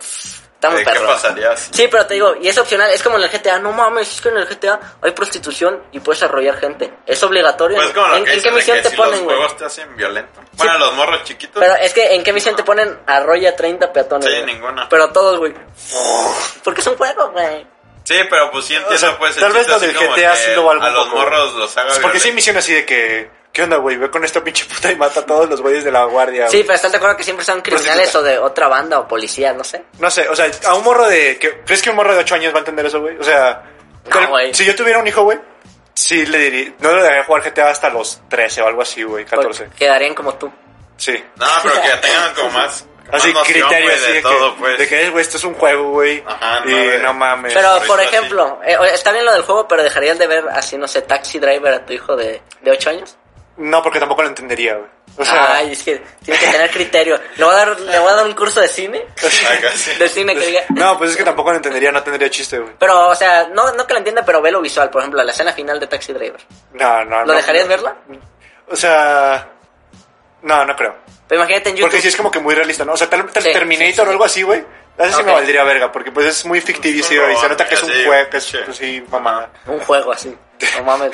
B: Está muy
C: ¿De qué
B: perro.
C: pasaría si
B: Sí, pero te digo, y es opcional, es como en el GTA, no mames, es que en el GTA hay prostitución y puedes arrollar gente. Es obligatorio.
C: Pues como lo
B: ¿En,
C: que
B: en
C: dices
B: qué
C: de
B: misión
C: que
B: te
C: si
B: ponen,
C: los
B: güey?
C: juegos te hacen violento. Bueno, los morros chiquitos.
B: Pero es que en qué misión te ponen arrolla 30 peatones.
C: Sí,
B: güey?
C: ninguna.
B: Pero todos,
C: (laughs)
B: güey. Porque es un juego, güey.
C: Sí, pero pues sí entiendo
A: sea,
C: pues el
A: tal vez
C: chiste
A: lo
C: así
A: del
C: como
A: GTA
C: que
A: sí lo valgo
C: A
A: un
C: los
A: poco.
C: morros los haga
A: Porque sí,
C: violentos.
A: misión así de que. ¿Qué onda, güey? Ve con esta pinche puta y mata a todos los güeyes de la guardia.
B: Sí,
A: güey.
B: pero estás de acuerdo que siempre son criminales o de otra banda o policía, no sé.
A: No sé, o sea, a un morro de. que- ¿Crees que un morro de 8 años va a entender eso, güey? O sea.
B: No,
A: tal-
B: güey.
A: si yo tuviera un hijo, güey. Sí, le diría. No le dejaría jugar GTA hasta los 13 o algo así, güey. 14.
B: Porque Quedarían como tú.
A: Sí.
C: No, pero que tengan
A: (laughs)
C: como más. más
A: Así,
C: noción,
A: criterios
C: güey,
A: así
C: de,
A: de,
C: todo,
A: que,
C: pues.
A: de
C: (laughs)
A: que, "Eh, güey, esto es un juego, güey.
C: Ajá,
A: y
C: no, de-
A: no mames.
B: Pero,
C: Por
B: por
C: eso sí.
B: ejemplo, eh, o- está bien lo del juego, pero ¿dejarías de ver así, no sé, Taxi Driver a tu hijo de, de
A: (laughs)
B: 8 años?
A: No, porque tampoco lo entendería, güey. O sea,
B: Ay, es que tiene que tener criterio. ¿Le voy a dar, le voy a dar un curso de cine?
C: Acá sí.
B: De cine
A: (laughs)
B: que diga...
A: no, pues es que tampoco lo entendería, no tendría chiste, güey.
B: Pero, o sea, no, no que lo entienda, pero ve lo visual. Por ejemplo, la escena final de Taxi Driver.
A: No, no,
B: ¿Lo
A: no.
B: dejarías verla?
A: O sea. No, no creo.
B: Pero imagínate en YouTube.
A: Porque sí es como que muy realista, ¿no? O sea, tal, tal
B: Sí,
A: Terminator
B: sí, sí, sí.
A: o algo así, güey. Así sí me
B: Ok.
A: valdría verga, porque pues es muy ficticio y se nota que es un
C: Sí,
A: juego, que es,
C: sí.
A: pues, sí, mamada.
B: Un juego así. No mames.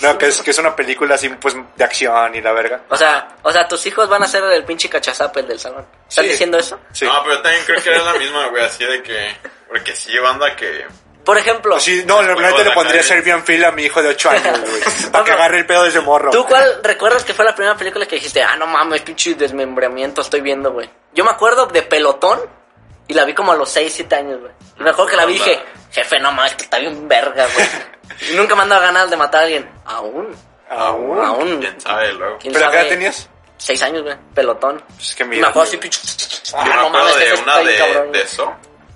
A: No, que es, que es una película así, pues, de acción y la verga.
B: O sea, o sea, tus hijos van a ser el pinche cachazapel del salón. ¿Estás
A: Sí.
B: diciendo eso?
A: Sí.
C: No, pero también creo que era la misma, güey, así de que. Porque sí, banda que.
B: Por ejemplo,
A: Pues Sí, no, realmente le
C: la
A: pondría
C: calle.
A: Serbian Phil a mi hijo de 8 años,
B: (laughs)
A: güey. Para que agarre el pedo de ese morro.
B: ¿tú cuál recuerdas que fue la primera película que dijiste, ah, no mames, pinche desmembramiento estoy viendo, güey? Yo me acuerdo de Pelotón y la vi como a los 6, 7 años, güey. Y me acuerdo que la vi y dije, jefe, no mames, que está bien verga, güey. Y nunca me han dado ganas de matar a alguien. Aún.
A: Aún.
B: Aún.
C: Ah, Quién sabe luego.
B: ¿Quién
A: ¿Pero qué edad
B: sabe?
A: tenías?
B: 6 años, güey. Pelotón.
A: Pues Es que
B: Me
A: mira.
B: acuerdo así,
A: güey.
B: pinche.
C: Yo
A: Ah,
C: me acuerdo de una de, de eso.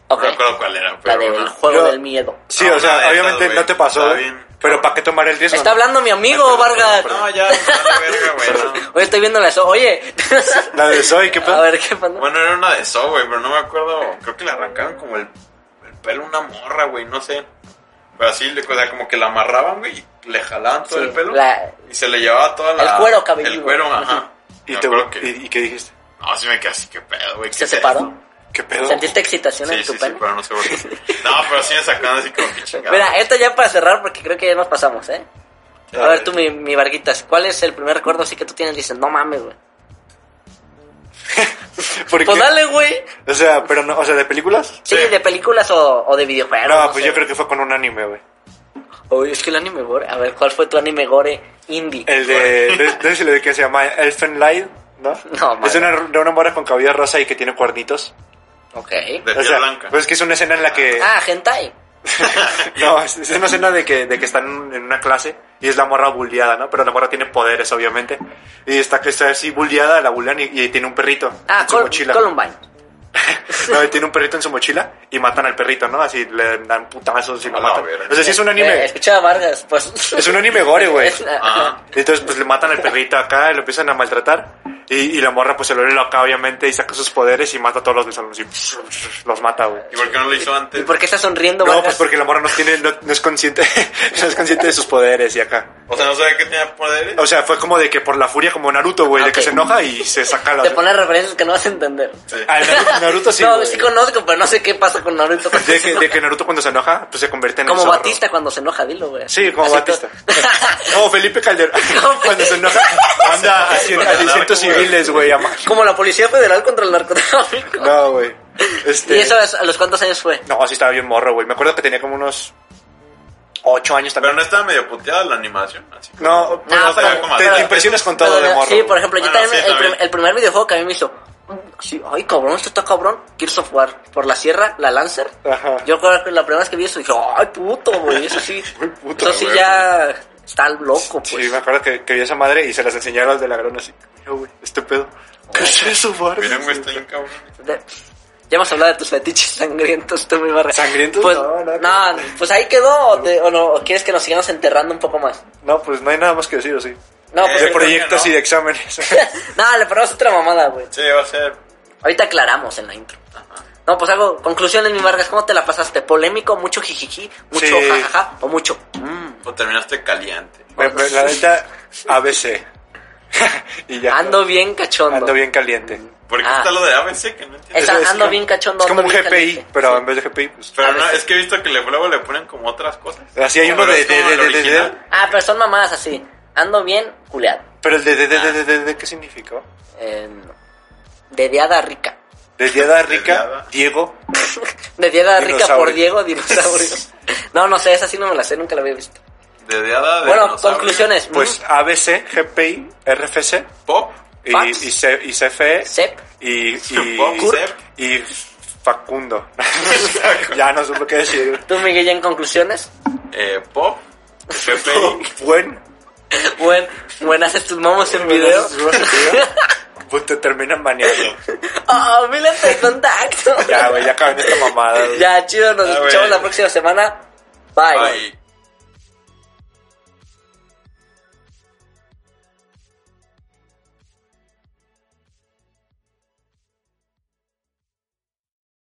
B: Ok.
C: No recuerdo cuál era,
B: La
C: pero.
B: del
C: una-
B: juego
A: Yo-
B: del miedo.
A: Sí,
C: Ah,
A: o sea,
C: una de
A: obviamente
C: esas, güey.
A: no te pasó,
C: Está
A: güey.
C: bien.
A: Pero ¿para qué tomar el riesgo?
B: Está
A: no?
B: hablando mi amigo, Vargas.
C: No, ya, no, verga, güey. no.
B: Oye, estoy viendo la so- Oye.
A: La de Zoe, (laughs) ¿qué
B: (laughs)
A: pedo?
B: A ver, ¿qué pasa?
C: Bueno, era una de eso, güey, pero no me acuerdo. Creo que le arrancaron como el, el pelo a una morra, güey, no sé. Pero así, le- o sea, como que la amarraban, güey, y le jalaban todo
B: Sí,
C: el pelo.
B: la-
C: Y se le llevaba toda la.
B: El cuero cabelludo.
C: El cuero, ajá.
A: ¿Y,
C: Me
A: te,
C: acuerdo
A: ¿y, y qué dijiste?
C: No, sí me quedé así, qué pedo, güey. ¿qué
B: ¿Se
C: es esto?
B: separó?
A: ¿Qué pedo?
B: ¿Sentiste excitación
C: Sí,
B: en tu
C: sí, sí,
B: pene?
C: pero no sé por
B: (laughs)
C: qué. No, pero sí me sacaron así como que chingada.
B: Mira, esto ya para cerrar porque creo que ya nos pasamos, ¿eh?
C: Ya,
B: A ver,
C: güey.
B: tú, mi, mi Varguitas, ¿cuál es el primer recuerdo así que tú tienes? Dices, no mames, güey.
A: (laughs) ¿Por
B: Pues
A: qué?
B: dale, güey.
A: O sea, pero no, o sea, ¿de películas?
B: Sí,
C: Sí.
B: de películas o, o de videojuegos.
A: No, pues yo creo que fue con un anime, güey.
B: Oye, es que el anime gore. A ver, ¿cuál fue tu anime gore indie?
A: El de, de, de, ese de que se llama Elfen Light, ¿no?
B: No,
A: es de una, de una morra con cabello rosa y que tiene cuernitos.
B: Ok.
C: De piel
A: o sea,
C: blanca.
A: pues es que es una escena en la que...
B: Ah, hentai.
A: No, (laughs) es es una escena de que, de que están en una clase y es la morra bulleada, ¿no? Pero la morra tiene poderes, obviamente. Y está, está así bulleada, la bullean y, y tiene un perrito
B: Ah,
A: en su
B: Col
A: mochila.
B: Columbine.
A: No, y tiene un perrito en su mochila y matan al perrito, ¿no? Así le dan putazos y lo
C: A la
A: matan.
C: verga.
A: O sea, sí es un
B: Eh,
A: anime.
B: escucha a Vargas, pues. Ah.
A: Es un anime gore,
B: (laughs)
A: güey.
B: Es-
C: Ajá.
A: Entonces, pues le matan al perrito acá y lo empiezan a maltratar. Y, y la morra, pues se lo ve acá, obviamente, y saca sus poderes y mata a todos los del salón. así, los mata, güey.
C: ¿Y por qué no lo hizo antes?
B: ¿Y por qué está sonriendo,
A: No, pues
B: Vargas?
A: porque la morra no, tiene, no, no es consciente, (laughs) no es consciente de sus poderes y acá.
C: O sea, no sabía que tenía poderes.
A: O sea, fue como de que por la furia, como Naruto, güey, de
B: Ah, Ok.
A: que se enoja y se saca la.
B: Te pone referencias que no vas a entender.
C: Sí.
A: Ah,
B: (laughs)
A: Naruto, (laughs) Naruto sí.
B: no,
A: güey.
B: sí conozco, pero no sé qué pasa con Naruto.
A: de, que, de que Naruto cuando se enoja, pues se convierte en el
B: (laughs) Como
A: zorro.
B: Batista cuando se enoja, dilo, güey.
A: Sí, como
B: Así
A: Batista.
B: co-
A: (laughs) Como Felipe
B: (laughs)
A: Calderón. (laughs) cuando se enoja, anda a, cien- a 600 civiles, güey. a ma-
B: como la Policía Federal contra el narcotráfico.
A: No, güey. Este...
B: ¿Y eso es- a los cuántos años fue?
A: No, sí estaba bien morro, güey. Me acuerdo que tenía como unos 8 años
C: Pero
A: también.
C: no estaba medio puteada la animación. Así que-
A: No, pero,
B: No, Ah, pero-
A: te- te,
C: pero-
A: impresionas con todo
B: Pero,
A: de morro.
B: Sí, por ejemplo, yo
C: Bueno,
B: también,
C: sí,
B: el, prim-
C: también.
B: el primer videojuego que a mí me hizo... mm, así, ay, cabrón, esto está cabrón. Gears of War. Por la sierra, la Lancer.
A: Ajá.
B: Yo creo que la primera vez que vi eso dije, ay, puto, güey, eso sí.
A: (laughs) Muy puto,
B: eso sí
C: güey.
B: ya está loco, pues.
A: Sí, me acuerdo que, que vi a esa madre y se las enseñaron al de la grona así. Yo, güey, este pedo. ¿Qué es eso, Bart?
C: Miren, güey, está bien cabrón.
B: De- Ya hemos hablado de tus fetiches (laughs) sangrientos, tú muy barra.
A: ¿Sangrientos?
B: Pues,
A: No,
B: no,
A: no,
B: pues ahí quedó, o, te- o no, o quieres que nos sigamos enterrando un poco más.
A: No, pues no hay nada más que decir, ¿o sí?
B: No, pues.
C: Eh,
A: de
C: creo que
A: proyectos
C: no.
A: y de exámenes.
B: (laughs) no, le ponemos otra mamada, güey.
C: Sí, va a ser.
B: Ahorita aclaramos en la intro. No, pues hago conclusiones, mi Vargas. ¿Cómo te la pasaste? ¿Polémico? ¿Mucho jijiji? ¿Mucho
A: Sí.
B: jajaja? ¿O mucho?
C: O terminaste caliente.
A: Me- me- (laughs) la neta, ABC. y ya.
B: Ando bien cachondo.
A: Ando bien caliente.
C: ¿Por qué
B: Ah.
C: está lo de ABC? Que no entiendo.
B: Está-
A: Es- es
B: ando
A: como-
B: bien cachondo,
A: Es como un
B: ando bien
A: GPI,
B: caliente.
A: pero
B: Sí.
A: en vez de GPI, pues.
C: Pero no,
B: ABC.
C: es que he visto que le, luego le ponen como otras cosas.
A: Así hay uno
C: Pero
A: de-
C: es como
A: de-
C: el
A: de- de- de-
C: original.
B: Ah, pero son mamadas así. Ando bien culeado.
A: Pero el de, de, de, de, de, de- de- ¿qué significa?
B: Eh, no. De diada rica.
A: De Diada Rica,
C: Desviada.
A: Diego.
B: De diada rica por
A: Dinosaurio.
B: Diego Dinosaurio. no, no sé, esa sí no me la sé, nunca la había visto.
C: De Diada de
B: bueno,
C: dinosaurio.
B: conclusiones.
A: Pues ABC, GPI, RFC
C: Pop.
A: y, y,
B: Fax.
A: C- E, y CFE
B: Mm, Sep.
A: y, y,
C: Bob Cur-
A: y Facundo. (laughs) ya no supe qué decir.
B: Tú, Miguel, ya en conclusiones.
C: Eh,
B: (laughs)
C: pop. GPI.
A: Buen.
B: Buen, buenas estos momos en video.
A: (laughs) Pues te terminan baneando.
B: Oh, miles de contacto.
A: (laughs) Ya, güey, ya acaben esta mamada. güey.
B: Ya, chido, nos
C: Ah,
B: escuchamos
C: bueno.
B: la próxima semana. Bye.
C: Bye.